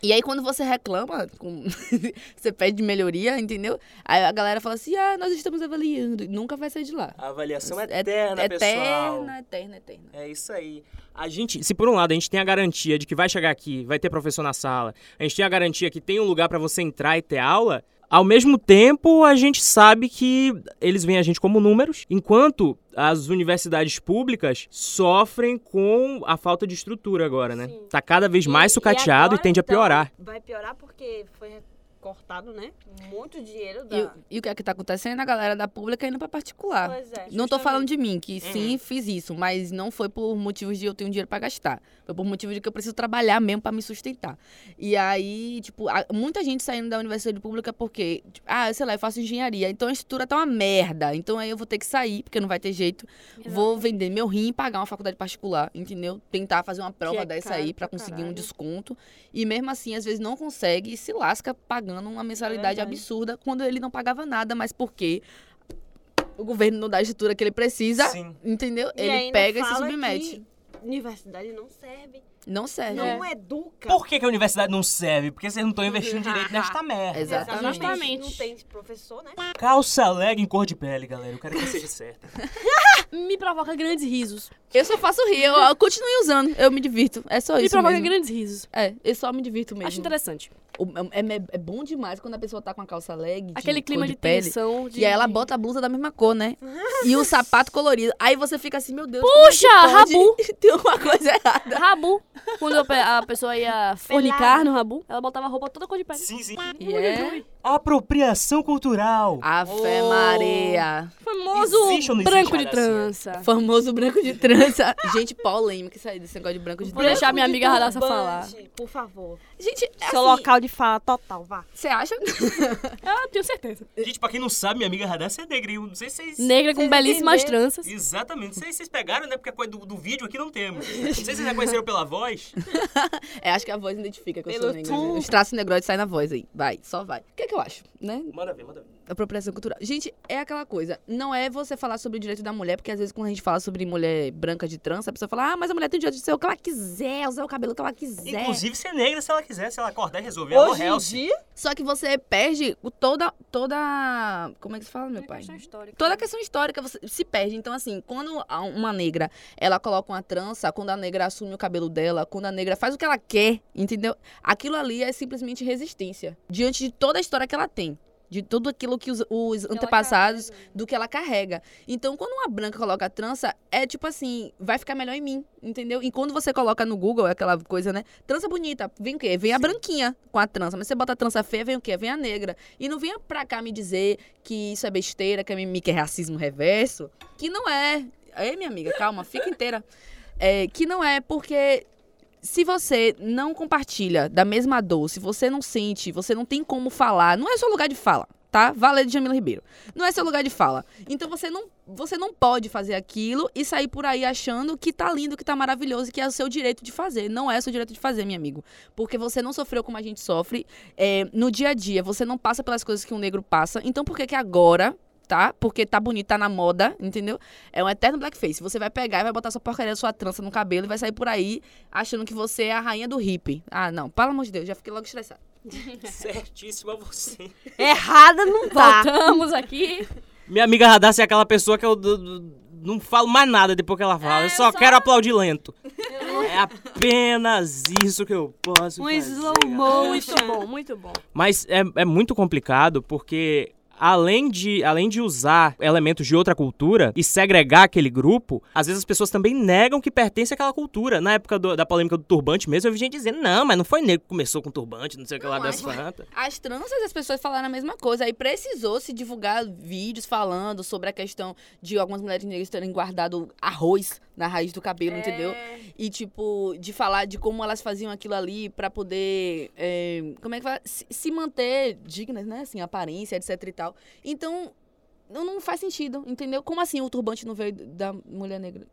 E aí, quando você reclama, com- você pede melhoria, entendeu? Aí a galera fala assim: ah, nós estamos avaliando. e Nunca vai sair de lá. A avaliação É- eterna, pessoal. eterna, eterna, eterna. É isso aí. A gente, se por um lado a gente tem a garantia de que vai chegar aqui, vai ter professor na sala, a gente tem a garantia que tem um lugar pra você entrar e ter aula, ao mesmo tempo a gente sabe que eles veem a gente como números, enquanto as universidades públicas sofrem com a falta de estrutura agora, né? Sim. Tá cada vez mais E- e sucateado e, agora, tende a então, piorar. vai piorar porque foi cortado, né? Muito dinheiro da. E, o- e o que é que tá acontecendo? A galera da pública indo pra particular. Pois é. Não justamente. tô Uhum. falando de mim, que sim, fiz isso, mas não foi por motivos de eu tenho dinheiro pra gastar. Foi por motivo de que eu preciso trabalhar mesmo pra me sustentar. E aí, tipo, a- muita gente saindo da universidade pública porque, tipo, ah, sei lá, eu faço engenharia, então a estrutura tá uma merda. Então aí eu vou ter que sair, porque não vai ter jeito. Vou vender meu rim e pagar uma faculdade particular, entendeu? Tentar fazer uma prova é dessa caro aí pra pra conseguir caralho. um desconto. E mesmo assim, às vezes não consegue e se lasca pagando uma mensalidade verdade. absurda quando ele não pagava nada, mas porque o governo não dá a estrutura que ele precisa, Sim. entendeu? E ele ainda pega e se fala submete. É. que Universidade não serve, Não serve. não educa. Por que, que a universidade não serve? Porque vocês não estão investindo direito nesta merda. Exato. Exatamente. Exatamente. Não tem professor, né? Calça leg em cor de pele, galera. Eu quero que seja certa. Ah, Me provoca grandes risos. Eu só faço rir, eu, eu continue usando, eu me divirto. É só Me isso provoca mesmo. grandes risos. É, eu só me divirto mesmo. Acho interessante. O- É, é- é bom demais quando a pessoa tá com a calça leg. de Aquele cor clima de, de, pele. tensão. De... E aí ela bota a blusa da mesma cor, né? E o sapato colorido. Aí você fica assim, meu Deus. Puxa, como é que rabu. pode? Tem uma coisa errada. Rabu. Quando a pe- a pessoa ia fornicar no rabu, ela botava a roupa toda cor de pele. Sim, sim. E é Apropriação cultural. a fé Maria. Famoso Existe ou não branco existe, de Radassinha? trança. Famoso branco de trança. Gente, polêmica isso aí, desse negócio de branco de Vou trança. deixar minha amiga Radassa Turbante, falar. Por favor. Gente, é Seu assim, local de fala total, vá. você acha? Eu tenho certeza. É. Gente, pra quem não sabe, minha amiga Radassa é negra. Eu Não sei se vocês... Negra com Vocês belíssimas entenderam? tranças. Exatamente. Não sei se vocês pegaram, né? Porque a coisa do, do vídeo aqui não temos. Não sei se vocês reconheceram pela voz. É, acho que a voz identifica que eu sou Pelo negra. tom. né? Os traços negroides saem na voz aí. Vai, só vai. O que é que eu acho, né? Manda ver, manda ver. apropriação cultural. Gente, é aquela coisa. Não é você falar sobre o direito da mulher, porque às vezes quando a gente fala sobre mulher branca de trança, a pessoa fala, ah, mas a mulher tem o direito de ser o que ela quiser, usar o cabelo que ela quiser. Inclusive, ser negra, se ela quiser, se ela é acordar e resolver. Alô, Hoje em Helsi. dia, Só que você perde o toda. toda. Como é que se fala, meu pai? Toda a questão histórica você se perde. Então, assim, quando a- uma negra ela coloca uma trança, quando a negra assume o cabelo dela, quando a negra faz o que ela quer, entendeu? Aquilo ali é simplesmente resistência. Diante de toda a história que ela tem. De tudo aquilo que os, os antepassados, do que ela carrega. Então, quando uma branca coloca trança, é tipo assim, vai ficar melhor em mim, entendeu? E quando você coloca no Google, é aquela coisa, né? Trança bonita, vem o quê? Vem a branquinha com a trança. Mas você bota a trança feia, vem o quê? Vem a negra. E não venha pra cá me dizer que isso é besteira, que a mimica é racismo reverso, que não é. É, minha amiga, calma, fica inteira. É, que não é, porque se você não compartilha da mesma dor, se você não sente, você não tem como falar, não é seu lugar de fala, tá? Valeu de Jamila Ribeiro. Não é seu lugar de fala. Então você não, você não pode fazer aquilo e sair por aí achando que tá lindo, que tá maravilhoso, que é o seu direito de fazer. Não é seu direito de fazer, meu amigo. Porque você não sofreu como a gente sofre é, no dia a dia. Você não passa pelas coisas que um negro passa. Então por que que agora, tá? Porque tá bonito, tá na moda, entendeu? É um eterno blackface. Você vai pegar e vai botar sua porcaria, sua trança no cabelo e vai sair por aí achando que você é a rainha do hippie. Ah, não. Pelo amor de Deus, já fiquei logo estressada. Certíssima é você. errada não tá. Voltamos aqui. Minha amiga Radassa é aquela pessoa que eu d- d- não falo mais nada depois que ela É, fala. eu só, quero aplaudir lento. É apenas isso que eu posso Um fazer. slow galera. Muito bom, muito bom. Mas é, é muito complicado porque. Além de, além de usar elementos de outra cultura e segregar aquele grupo, às vezes as pessoas também negam que pertence àquela cultura. Na época do- da polêmica do turbante mesmo, eu vi gente dizendo, não, mas não foi negro que começou com turbante, não sei o que lá Não, é. das mas- fantas. As tranças, as pessoas falaram a mesma coisa. Aí precisou se divulgar vídeos falando sobre a questão de algumas mulheres negras terem guardado arroz na raiz do cabelo, entendeu? E, tipo, de falar de como elas faziam aquilo ali pra poder. é, como é que fala? Se, se manter dignas, né? Assim, aparência, etc e tal. Então, não, não faz sentido, entendeu? Como assim o turbante não veio da mulher negra?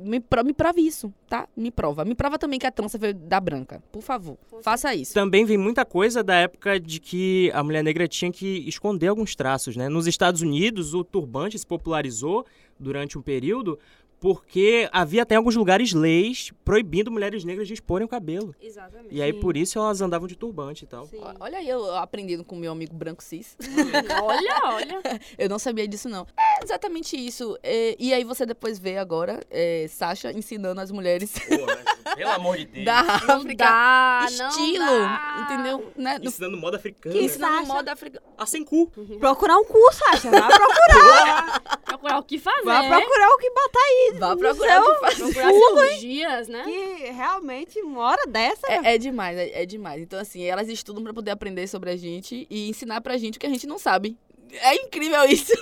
Me, pro- me prove isso, tá? Me prova. Me prova também que a trança veio da branca. Por favor, faça isso. Também vem muita coisa da época de que a mulher negra tinha que esconder alguns traços, né? Nos Estados Unidos, o turbante se popularizou durante um período porque havia até em alguns lugares leis proibindo mulheres negras de exporem o cabelo. Exatamente. E aí, por isso, elas andavam de turbante e tal. Sim. Ó, Olha aí, eu aprendendo com meu amigo branco cis. Olha, olha. Eu não sabia disso, não. É exatamente isso. É, e aí você depois vê agora é, Sasha ensinando as mulheres pelo amor de Deus. da Não África dá, Ah, não estilo, dá. entendeu? Né? No- Ensinando moda africana. ensinando Sasha? moda africana. Ah, né? sem cu. Procurar um curso, Sasha. Vai procurar. Procura procurar o que fazer. É. Vá procurar o que botar aí. Vá no procurar o seu- que fazer. Procurar assim. cirurgias, né? Que realmente, uma hora dessa, meu É, é demais, é, é demais. Então, assim, elas estudam pra poder aprender sobre a gente e ensinar pra gente o que a gente não sabe. É incrível isso.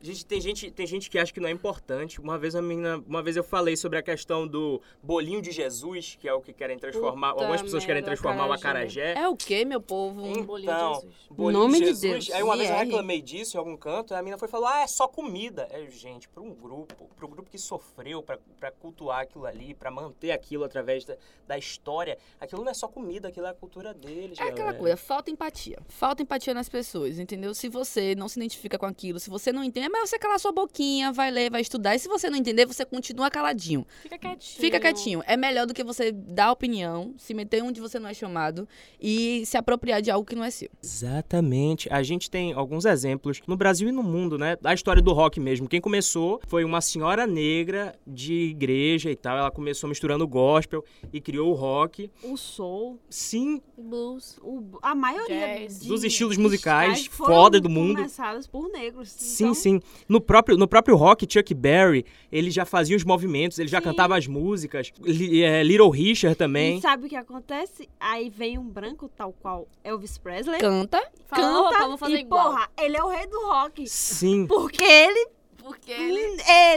Gente, tem gente, tem gente que acha que não é importante. Uma vez a menina, uma vez eu falei sobre a questão do bolinho de Jesus, que é o que querem transformar, Puta algumas pessoas querem merda, transformar o acarajé. acarajé. É o que, meu povo? bolinho de Então, Jesus. bolinho Nome de Jesus. Deus. Aí uma vez eu E aí? reclamei disso em algum canto, e a menina foi e falou: "Ah, é só comida". É, gente, para um grupo, para um grupo que sofreu pra pra cultuar aquilo ali, pra manter aquilo através da, da história, aquilo não é só comida, aquilo é a cultura deles, É aquela galera. coisa, falta empatia. Falta empatia nas pessoas, entendeu? Se você não se identifica com aquilo, se você não entende, é melhor você calar sua boquinha, vai ler, vai estudar. E se você não entender, você continua caladinho. Fica quietinho. Fica quietinho. É melhor do que você dar opinião, se meter onde você não é chamado e se apropriar de algo que não é seu. Exatamente. A gente tem alguns exemplos no Brasil e no mundo, né? Da história do rock mesmo. Quem começou foi uma senhora negra de igreja e tal. Ela começou misturando gospel e criou o rock. O soul, Sim, blues, o- a maioria Jazz. Dos estilos musicais foram foda do mundo. começados por negros. sim, Então, sim. No próprio, no próprio rock, Chuck Berry, ele já fazia os movimentos, ele já cantava as músicas. Li- é, Little Richard E também. sabe o que acontece? Aí vem um branco tal qual Elvis Presley, Canta. Fala, canta opa, vou fazer e igual. porra, ele é o rei do rock. Sim. Porque ele, Porque né? Hum. ele,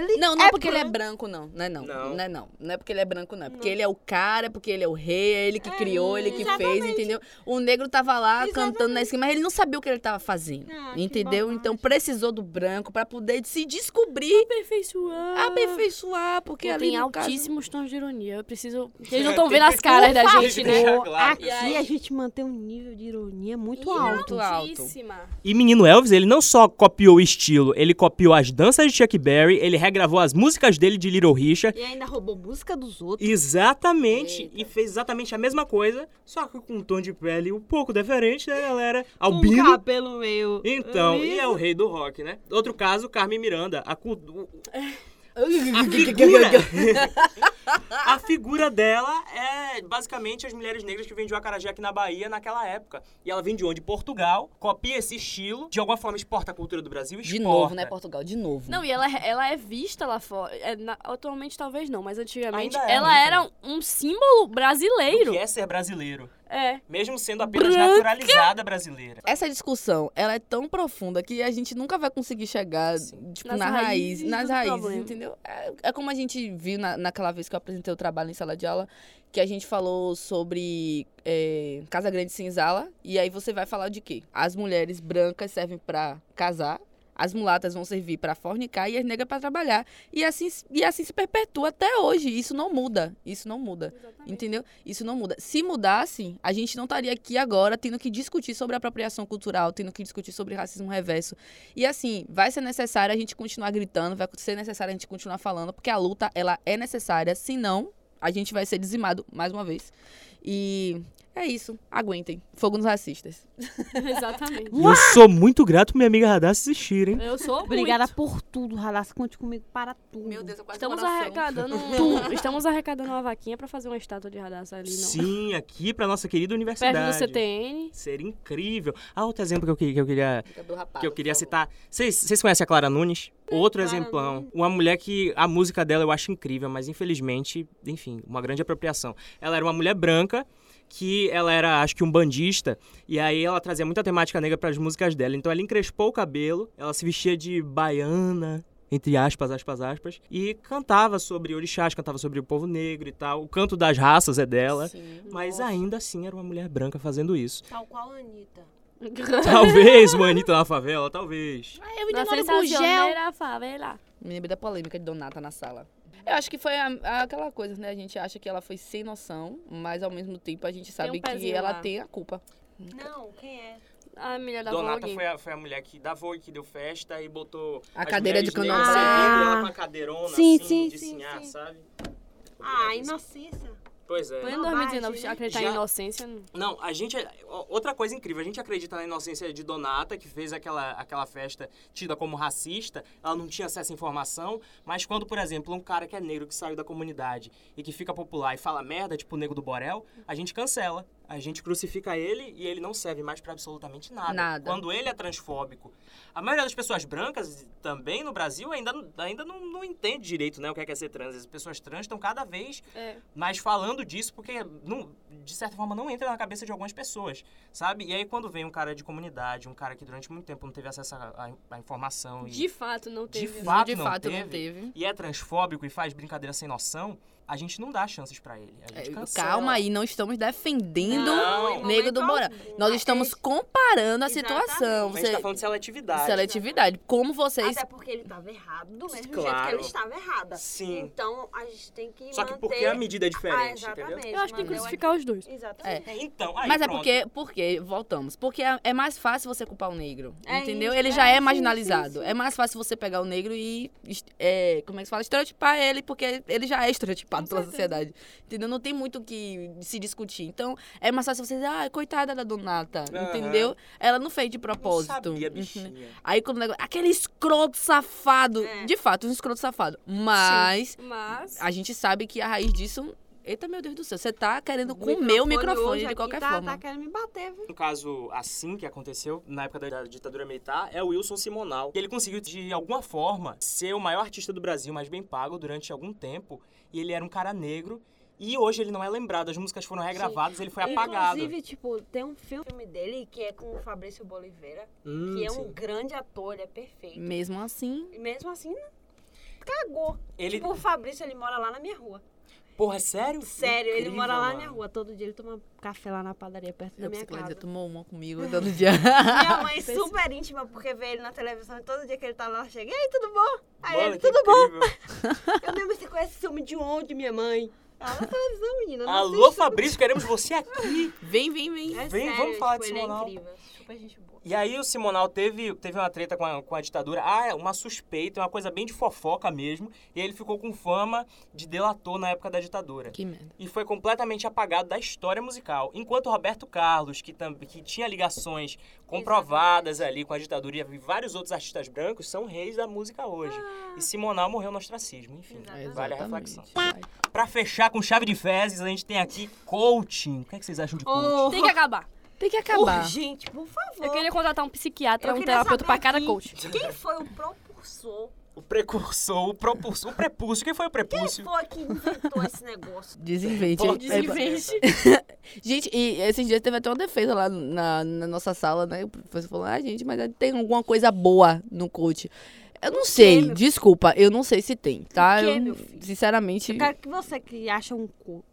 ele Não, não é é porque ele é branco, não. Não é não. Não. Não, é não. Não é porque ele é branco, não. É porque ele é o cara, porque ele é o rei, é ele que criou, ele que fez, entendeu? O negro tava lá cantando na esquina, mas ele não sabia o que ele tava fazendo. Ah, que entendeu? bobagem. Então precisou do branco pra poder se descobrir, aperfeiçoar. aperfeiçoar, porque Eu ali tenho no caso- altíssimos tons de ironia. Eu preciso. que Eles não estão vendo as caras da gente, né? Deixar Pô, claro, aqui pessoal. a gente mantém um nível de ironia muito alto. é alto. Altíssima. E Menino Elvis, ele não só copiou o estilo, ele copiou as danças de Chuck Berry, ele regravou as músicas dele de Little Richard. E ainda roubou música dos outros. Exatamente. E fez exatamente a mesma coisa, só que com um tom de pele um pouco diferente, né, galera? um Albino. Com um cabelo meio... Então, liso. e é o rei do rock, né? Outro caso, Carmen Miranda. A, cu- o- a figura... a figura dela é basicamente as mulheres negras que vendiam acarajé aqui na Bahia naquela época. E ela vem de onde? Portugal. Copia esse estilo. De alguma forma, exporta a cultura do Brasil. De exporta. novo, né, Portugal? De novo. Não, e ela, ela é vista lá fora. É, na- atualmente talvez não, mas antigamente Ainda é, ela né, era um símbolo O brasileiro. que é ser brasileiro? É. Mesmo sendo apenas Branca. naturalizada brasileira. Essa discussão, ela é tão profunda que a gente nunca vai conseguir chegar, tipo, Nas na raiz, raízes nas do raízes, problema. entendeu? É, é como a gente viu na, naquela vez que eu apresentei o trabalho em sala de aula, que a gente falou sobre é, Casa Grande e Senzala, e aí você vai falar de quê? As mulheres brancas servem pra casar, as mulatas vão servir pra fornicar e as negras pra trabalhar. E assim, e assim se perpetua até hoje. Isso não muda, isso não muda. Entendeu? Isso não muda. Se mudasse, a gente não estaria aqui agora tendo que discutir sobre apropriação cultural, tendo que discutir sobre racismo reverso. E assim, vai ser necessário a gente continuar gritando, vai ser necessário a gente continuar falando, porque a luta, ela é necessária, senão a gente vai ser dizimado mais uma vez. E é isso. Aguentem. Fogo nos racistas. Exatamente. Eu sou muito grato por minha amiga Radar assistir, hein? Eu sou Obrigada muito. por tudo, Radassa. Conte comigo para tudo. eu quase Estamos arrecadando, um- estamos arrecadando uma vaquinha pra fazer uma estátua de Radassa ali, não. Sim, aqui pra nossa querida universidade. Perto do CTN. Seria incrível. Ah, outro exemplo que eu queria, que eu queria, Rapado, que eu queria citar. Vocês vocês conhecem a Clara Nunes? É, Outro Clara exemplão. Uma mulher que a música dela eu acho incrível, mas infelizmente, enfim, uma grande apropriação. Ela era uma mulher branca que ela era, acho que, um bandista, e aí ela trazia muita temática negra para as músicas dela. Então ela encrespou o cabelo, ela se vestia de baiana, entre aspas, aspas, aspas, e cantava sobre orixás, cantava sobre o povo negro e tal. O canto das raças é dela. Mas ainda assim era uma mulher branca fazendo isso. Tal qual a Anitta. Talvez uma Anitta na favela, talvez. Eu me Na demoro com gel. sensacioneira favela. Me lembrei da polêmica de Donata na sala. Eu acho que foi a- a- aquela coisa, né? A gente acha que ela foi sem noção, mas ao mesmo tempo a gente sabe que pezinho ela lá. tem a culpa. Não, quem é? A mulher da Donata Vogue. foi a, foi a mulher que da Vogue que deu festa e botou A as cadeira de Ah. mulheres negras candomblé. seguindo ela com a cadeirona Sim, assim, sim, de sim, sinhar, sim. sabe? é. Ah, inocência. Pois é. Foi em 2019 Bobagem, né? acreditar Já- em inocência. não. Não, a gente. Outra coisa incrível, a gente acredita na inocência de Donata, que fez aquela, aquela festa tida como racista, ela não tinha acesso à informação, mas quando, por exemplo, um cara que é negro que saiu da comunidade e que fica popular e fala merda, tipo o nego do Borel, a gente cancela. A gente crucifica ele e ele não serve mais pra absolutamente nada. Nada. Quando ele é transfóbico. A maioria das pessoas brancas, também no Brasil, ainda, não- ainda não, não entende direito né, o que é, que é ser trans. As pessoas trans estão cada vez É. mais falando disso porque, não- de certa forma, não entra na cabeça de algumas pessoas, sabe? E aí quando vem um cara de comunidade, um cara que durante muito tempo não teve acesso à, à- à informação e De fato, não de teve. fato, de não, fato teve, não teve. e é transfóbico e faz brincadeira sem noção, a gente não dá chances pra ele. A gente É, cancela. calma aí, não estamos defendendo Não, o negro do Mourão. moral Nós estamos comparando a Exatamente. situação. Mas a né? gente Você, tá falando de seletividade. seletividade. Como vocês. Até porque ele estava errado, do mesmo jeito que Claro. ele estava errada. Sim. Então, a gente tem que Só que manter... porque a medida é Ah, diferente, entendeu? exatamente. Eu acho que tem que manter o- crucificar os dois. Exatamente. É, então, aí, Mas é pronto. porque, porque, voltamos, porque é, é mais fácil você culpar o negro, É entendeu? isso, ele é, já é sim, sim, marginalizado. sim. É mais fácil você pegar o negro e, est- é, como é que se fala, estereotipar ele, porque ele já é estereotipado pela sociedade, entendeu? Não tem muito o que se discutir. Então, é mais fácil você dizer, ah, coitada da Donata, Aham. entendeu? Ela não fez de Não propósito. Uhum. sabia, entendeu? bichinha. Aí quando o negócio, aquele escroto safado, É. de fato, um escroto safado, mas Mas. a gente sabe que a raiz disso... Eita, meu Deus do céu, você tá querendo comer o hoje microfone de aqui qualquer tá, forma. Tá querendo me bater, viu? Um caso assim que aconteceu na época da- da ditadura militar é o Wilson Simonal. Ele conseguiu, de alguma forma, ser o maior artista do Brasil, mas bem pago durante algum tempo. E ele era um cara negro. E hoje ele não é lembrado. As músicas foram regravadas, ele foi apagado. Inclusive, tipo, tem um filme filme dele que é com o Fabrício Boliveira, Hum, que é sim. Hum. um grande ator, ele é perfeito. Mesmo assim, E mesmo assim, né, cagou. Ele... Tipo, o Fabrício, ele mora lá na minha rua. Porra, é sério? Sério, ele Incrível, mora lá na mano. minha rua. Todo dia ele toma café lá na padaria, perto da minha minha psicóloga casa. tomou uma comigo todo dia. Minha mãe é super íntima, porque vê ele na televisão e todo dia que ele tá lá, ela chega, e aí, tudo bom? Aí Mano, Ah, ele, que tudo bom? incrível. Eu mesmo, você conhece esse homem de onde, minha mãe? Ah, Ela na televisão, menina. eu não Alô, assisto." Fabrício, queremos você aqui. vem, vem, vem. É Vem, sério, vamos falar tipo, de ele é Simonal. incrível. Super gente boa. E aí o Simonal teve, teve uma treta com a, com a ditadura. Ah, é uma suspeita, uma coisa bem de fofoca mesmo. E ele ficou com fama de delator na época da ditadura. Que merda. E foi completamente apagado da história musical. Enquanto o Roberto Carlos, que, tam, que tinha ligações comprovadas ali com a ditadura e vários outros artistas brancos, são reis da música hoje. E Simonal morreu no ostracismo, enfim. Vale a reflexão. Pra fechar com chave de fezes, a gente tem aqui coaching. O que, é que vocês acham de coaching? Tem que acabar. Tem que Tá acabar. Urgente, por favor. Eu queria contratar um psiquiatra, Eu um queria terapeuta pra saber cada aqui coach. Quem foi o propulsor? O precursor, o propulsor, o prepúcio. Quem foi o prepúcio? Quem foi que inventou esse negócio? Desinvente. É, Pô, é Desinvente. Gente, e esses dias teve até uma defesa lá na, na nossa sala, né? O professor falou, ah, gente, mas tem alguma coisa boa no coach. Eu não sei, meu desculpa, eu não sei se tem, tá? O quê, Eu, meu filho? sinceramente, Eu quero que você que acha um cu,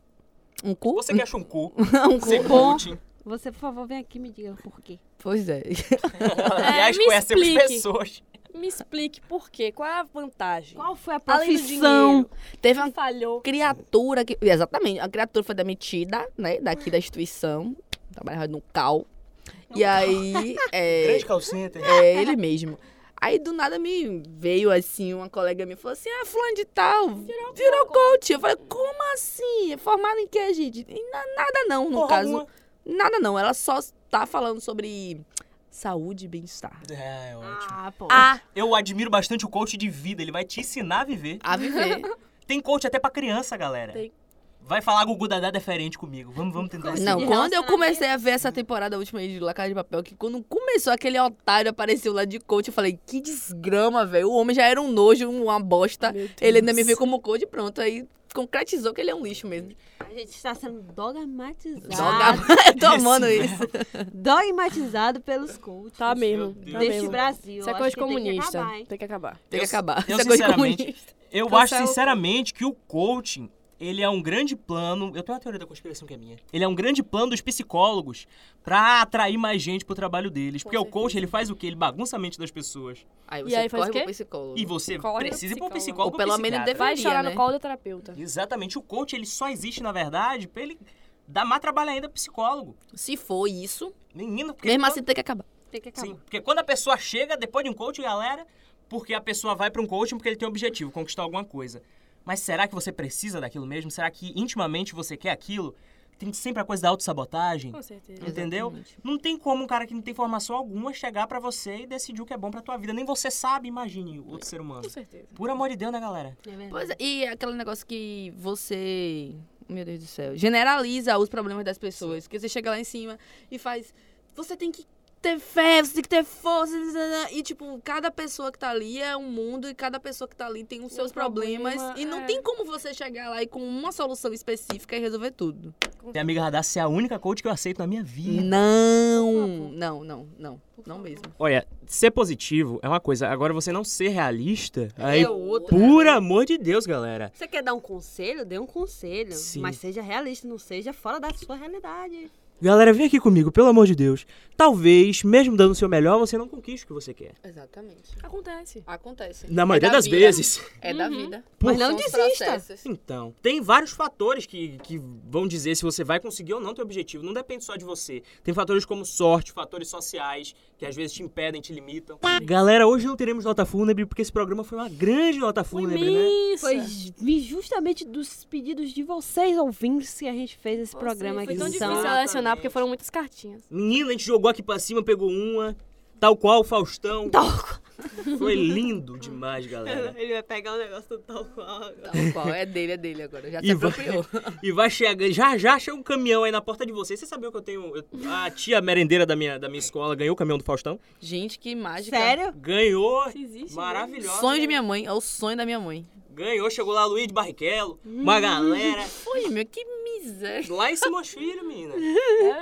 um cu? Você que acha um cu. um Ser cu. coaching. você, por favor, vem aqui e me diga por quê. Pois é. Aliás, me conhecemos explique. pessoas. Me explique por quê. Qual é a vantagem? Qual foi a Além do profissão? dinheiro, Teve uma falhou. criatura que. Exatamente, a criatura foi demitida, né? Daqui da instituição. Trabalhava no cal. e aí. É, Grande calceta. é ele mesmo. Aí do nada me veio assim, uma colega me falou assim: ah, fulano de tal, virou, coach. Eu falei, como assim? É Formado em quê, gente? Em na- nada não, no Porra caso. alguma. Nada não. Ela só tá falando sobre saúde e bem-estar. É, ótimo. Ah, pô. Ah, Eu admiro bastante o coach de vida. Ele vai te ensinar a viver. a viver. Tem coach até pra criança, galera. Tem. Vai falar Gugu Dadá é diferente comigo. Vamos, vamos tentar Assim, isso. Não, de quando eu relacionamento. comecei a ver essa temporada última aí de La Casa de Papel, que quando começou aquele otário apareceu lá de coach, eu falei, que desgrama, velho. O homem já era um nojo, uma bosta. Meu Ele ainda me vê como coach e pronto. Aí concretizou que ele é um lixo mesmo. A gente está sendo dogmatizado. Joga... eu tô amando isso. Dogmatizado pelos coaches. Tá Meu mesmo. Deus. Tá Deste Deste mesmo. Brasil. Isso é acho coisa que tem que comunista. acabar, hein? Tem que acabar. Tem que acabar. eu, Essa é coisa sinceramente, comunista. Eu Cancela acho o coach. sinceramente que o coaching, ele é um grande plano. Eu tenho uma teoria da conspiração que é minha. Ele é um grande plano dos psicólogos pra atrair mais gente pro trabalho deles. Com porque o certeza. coach, ele faz o quê? Ele bagunça a mente das pessoas. Aí E você aí faz corre o quê? pro psicólogo. E você Corre pro precisa ir pra um psicólogo. psicólogo. Ou pelo um menos psiquiatra. Vai Deveria, chorar né? no colo do terapeuta. Exatamente. O coach, ele só existe, na verdade, pra ele dar má trabalho ainda pro psicólogo. Se for isso, Menino, porque mesmo quando- assim tem que acabar. Tem que acabar. Sim, porque quando a pessoa chega depois de um coaching, galera, porque a pessoa vai pra um coaching porque ele tem um objetivo, conquistar alguma coisa. Mas será que você precisa daquilo mesmo? Será que intimamente você quer aquilo? Tem sempre a coisa da autossabotagem. Com certeza. Entendeu? Exatamente. Não tem como um cara que não tem formação alguma chegar pra você e decidir o que é bom pra tua vida. Nem você sabe, imagine outro ser humano. Com certeza. Por amor de Deus, né, galera? É verdade. Pois é, e é aquele negócio que você Meu Deus do céu. Generaliza os problemas das pessoas. Porque você chega lá em cima e faz. Você tem que ter fé, você tem que ter força. né, zazazá", E, tipo, cada pessoa que tá ali é um mundo e cada pessoa que tá ali tem os seus problemas. problema, e não é. tem como você chegar lá e com uma solução específica e resolver tudo. Minha amiga Radassa é a única coach que eu aceito na minha vida. Não! Não, não, não. Não mesmo. Olha, ser positivo é uma coisa. Agora, você não ser realista, aí, É outra. por né? amor de Deus, galera. Você quer dar um conselho? Dê um conselho. Sim. Mas seja realista, não seja fora da sua realidade. Galera, vem aqui comigo, pelo amor de Deus. Talvez, mesmo dando o seu melhor, você não conquiste o que você quer. Exatamente. Acontece. Acontece. Na maioria das vezes. É da vida. Por- Mas não desista. Então, tem vários fatores que, que vão dizer se você vai conseguir ou não teu objetivo. Não depende só de você. Tem fatores como sorte, fatores sociais, que às vezes te impedem, te limitam. Galera, hoje não teremos nota fúnebre, porque esse programa foi uma grande nota fúnebre, né? Isso. Foi ju- vi justamente dos pedidos de vocês ouvintes que a gente fez esse programa Foi aqui. tão São- difícil selecionar porque foram muitas cartinhas. Menina, a gente jogou aqui pra cima, pegou uma. Tal qual o Faustão. Tal Foi lindo demais, galera. Ele vai pegar um negócio do tal qual. Tal qual. É dele, é dele agora. Já E se vai- apropriou. E vai chegar, já já chega um caminhão aí na porta de vocês. Você sabia que eu tenho. eu- a tia merendeira da minha, da minha escola ganhou o caminhão do Faustão? Gente, que mágica. Sério? Ganhou. Isso né? existe. Maravilhosa. Sonho de minha mãe. É o sonho da minha mãe. Ganhou, chegou lá Luiz de Barrichello, Hum. uma galera. Oi, meu, que miséria. Lá em Simões Filho, menina.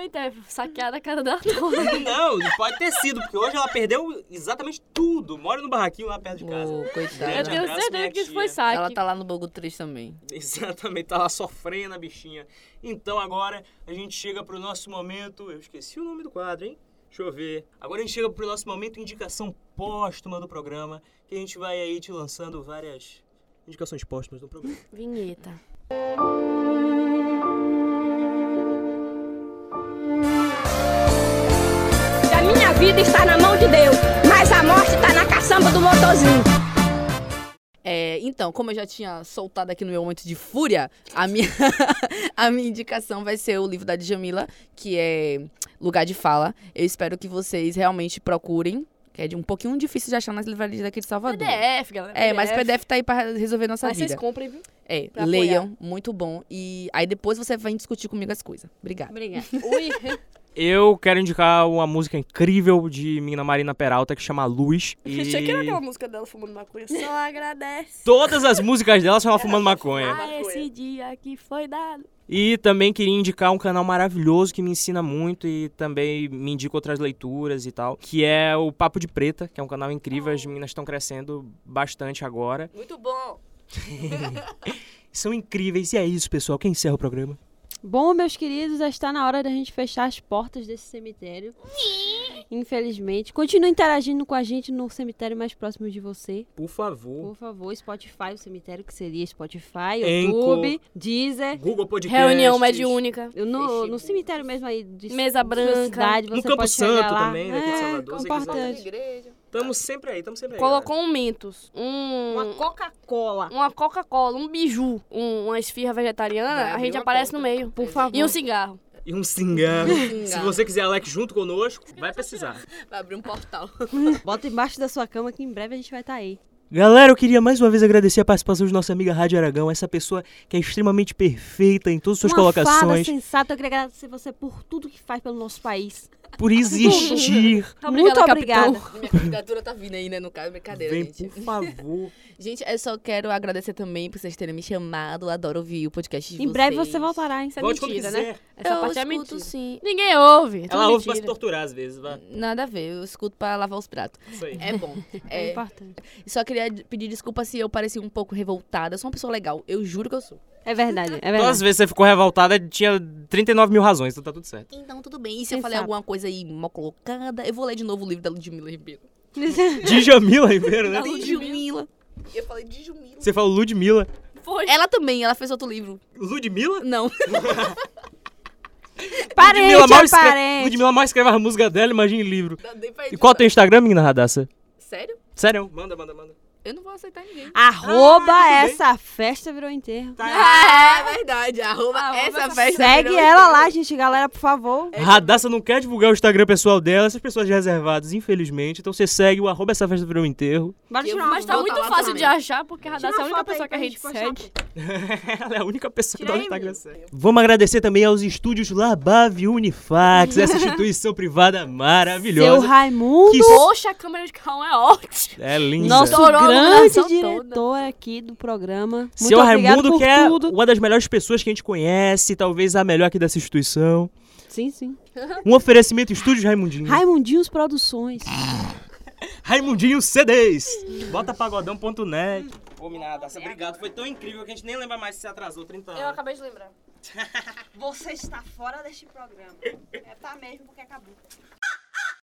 Eita, então, saqueada a cara da torre. Não, pode ter sido, porque hoje ela perdeu exatamente tudo. Mora no barraquinho lá perto de casa. Ô, Grande Eu coitada. tenho abraço, minha certeza que isso foi tia. saque. Ela tá lá no Bogo 3 também. Exatamente, tá lá sofrendo a bichinha. Então agora a gente chega pro nosso momento. Eu esqueci o nome do quadro, hein? Deixa eu ver. Agora a gente chega pro nosso momento indicação póstuma do programa, que a gente vai aí te lançando várias indicações póstumas do programa. Vinheta. A minha vida está na mão de Deus, mas a morte está na caçamba do motorzinho. É, então, como eu já tinha soltado aqui no meu momento de fúria, a minha, a minha indicação vai ser o livro da Djamila, que é Lugar de Fala. Eu espero que vocês realmente procurem, que é de um pouquinho difícil de achar nas livrarias daqui de Salvador. PDF, galera. É, mas o PDF tá aí pra resolver nossa Mas vida. vocês comprem, viu? É, pra leiam, muito bom. E aí depois você vem discutir comigo as coisas. Obrigada. Obrigada. Ui. Eu quero indicar uma música incrível de menina Marina Peralta que chama Luz. Achei que era aquela música dela fumando maconha. Só agradece. Todas as músicas dela são ela fumando maconha. Ah, esse dia que foi dado. E também queria indicar um canal maravilhoso que me ensina muito e também me indica outras leituras e tal, que é o Papo de Preta, que é um canal incrível, as meninas estão crescendo bastante agora. Muito bom. São incríveis, e é isso, pessoal, quem encerra o programa? Bom, meus queridos, já está na hora da gente fechar as portas desse cemitério. Infelizmente. Continue interagindo com a gente no cemitério mais próximo de você. Por favor. Por favor, Spotify, o cemitério que seria Spotify, Anchor. YouTube, Deezer. Google Podcast. Reunião é um. mediúnica. No, no cemitério mesmo aí de Mesa de branca. sua cidade, No você Campo pode chegar Santo lá. também, daqui de É, Salvador, se importante. igreja. Tamo sempre aí, tamo sempre aí. Colocou um Mentos. Uma Um... Coca-Cola. Uma Coca-Cola, um biju, um- uma esfirra vegetariana, Vai a abrir gente uma aparece conta. no meio. Por favor. E um cigarro. galera. E um cigarro. Se Cingado. você quiser, Alex, junto conosco, vai precisar. Vai abrir um portal. Bota embaixo da sua cama que em breve a gente vai estar aí. Galera, eu queria mais uma vez agradecer a participação de nossa amiga Rádio Aragão, essa pessoa que é extremamente perfeita em todas as suas Uma fada colocações, sensata, eu queria agradecer você por tudo que faz pelo nosso país. por existir. Obrigada, Muito capitão. obrigada. Minha candidatura tá vindo aí, né? No caso, brincadeira, Vem, gente. por favor. Gente, eu só quero agradecer também por vocês terem me chamado. Eu adoro ouvir o podcast de Em vocês. breve você voltará, hein? Isso é Volte quando mentira, quiser. né? Essa eu parte é escuto, mentira. sim. Ninguém ouve. é tudo Ela ouve pra se mentira. torturar às vezes, vai. Nada a ver, eu escuto pra lavar os pratos. Isso aí. É bom. É É, importante. só queria d- pedir desculpa se eu pareci um pouco revoltada. Eu sou uma pessoa legal, eu juro que eu sou. É verdade, é Todas as verdade. vezes que você ficou revoltada, tinha 39 mil razões, então tá tudo certo. Então tudo bem. E se Sensato. eu falei alguma coisa aí mal colocada, eu vou ler de novo o livro da Ludmilla Ribeiro. Djamila Ribeiro, né? Da Ludmilla. Eu falei de Ludmilla. Você falou Ludmilla. Foi. Ela também, ela fez outro livro. Ludmilla? Não. Parente, Ludmilla mal, é escreve... parente. Ludmilla mal escreve a música dela, imagina em livro. Não dei pra E qual é o editar. teu Instagram, menina Radassa? Sério? Sério? Manda, manda, manda. Eu não vou aceitar ninguém. Arroba Ah, tudo bem. essa festa virou enterro. Tá Ah, é verdade. Arroba, essa, festa. Segue virou ela lá, gente, galera, por favor. Radassa não quer divulgar o Instagram pessoal dela, essas pessoas reservadas, infelizmente. Então você segue o arroba essa festa virou um enterro. Bora Eu tirar vou- uma Mas tá Volta muito lá fácil também. de achar, porque a Radassa é Tira a uma única foto aí pessoa que pra a gente gente postar segue. Ela é a única pessoa que dá Tira o aí, Instagram menino. certo. Vamos agradecer também aos estúdios Labave Unifax, essa instituição privada Seu maravilhosa. Raimundo, Que Poxa, a câmera de calma é ótima. é linda. nosso Estourou a grande nominação diretor aqui do programa. Muito Seu obrigado Raimundo, por que é tudo. uma das melhores pessoas que a gente conhece, talvez a melhor aqui dessa instituição. Sim, sim. Um oferecimento Estúdios Raimundinho. Raimundinhos Produções. Raimundinho CDs. Bota pagodão.net. Combinado, obrigado. Foi tão incrível que a gente nem lembra mais se você atrasou 30 Eu acabei de lembrar. Você está fora deste programa. É, tá mesmo, porque acabou.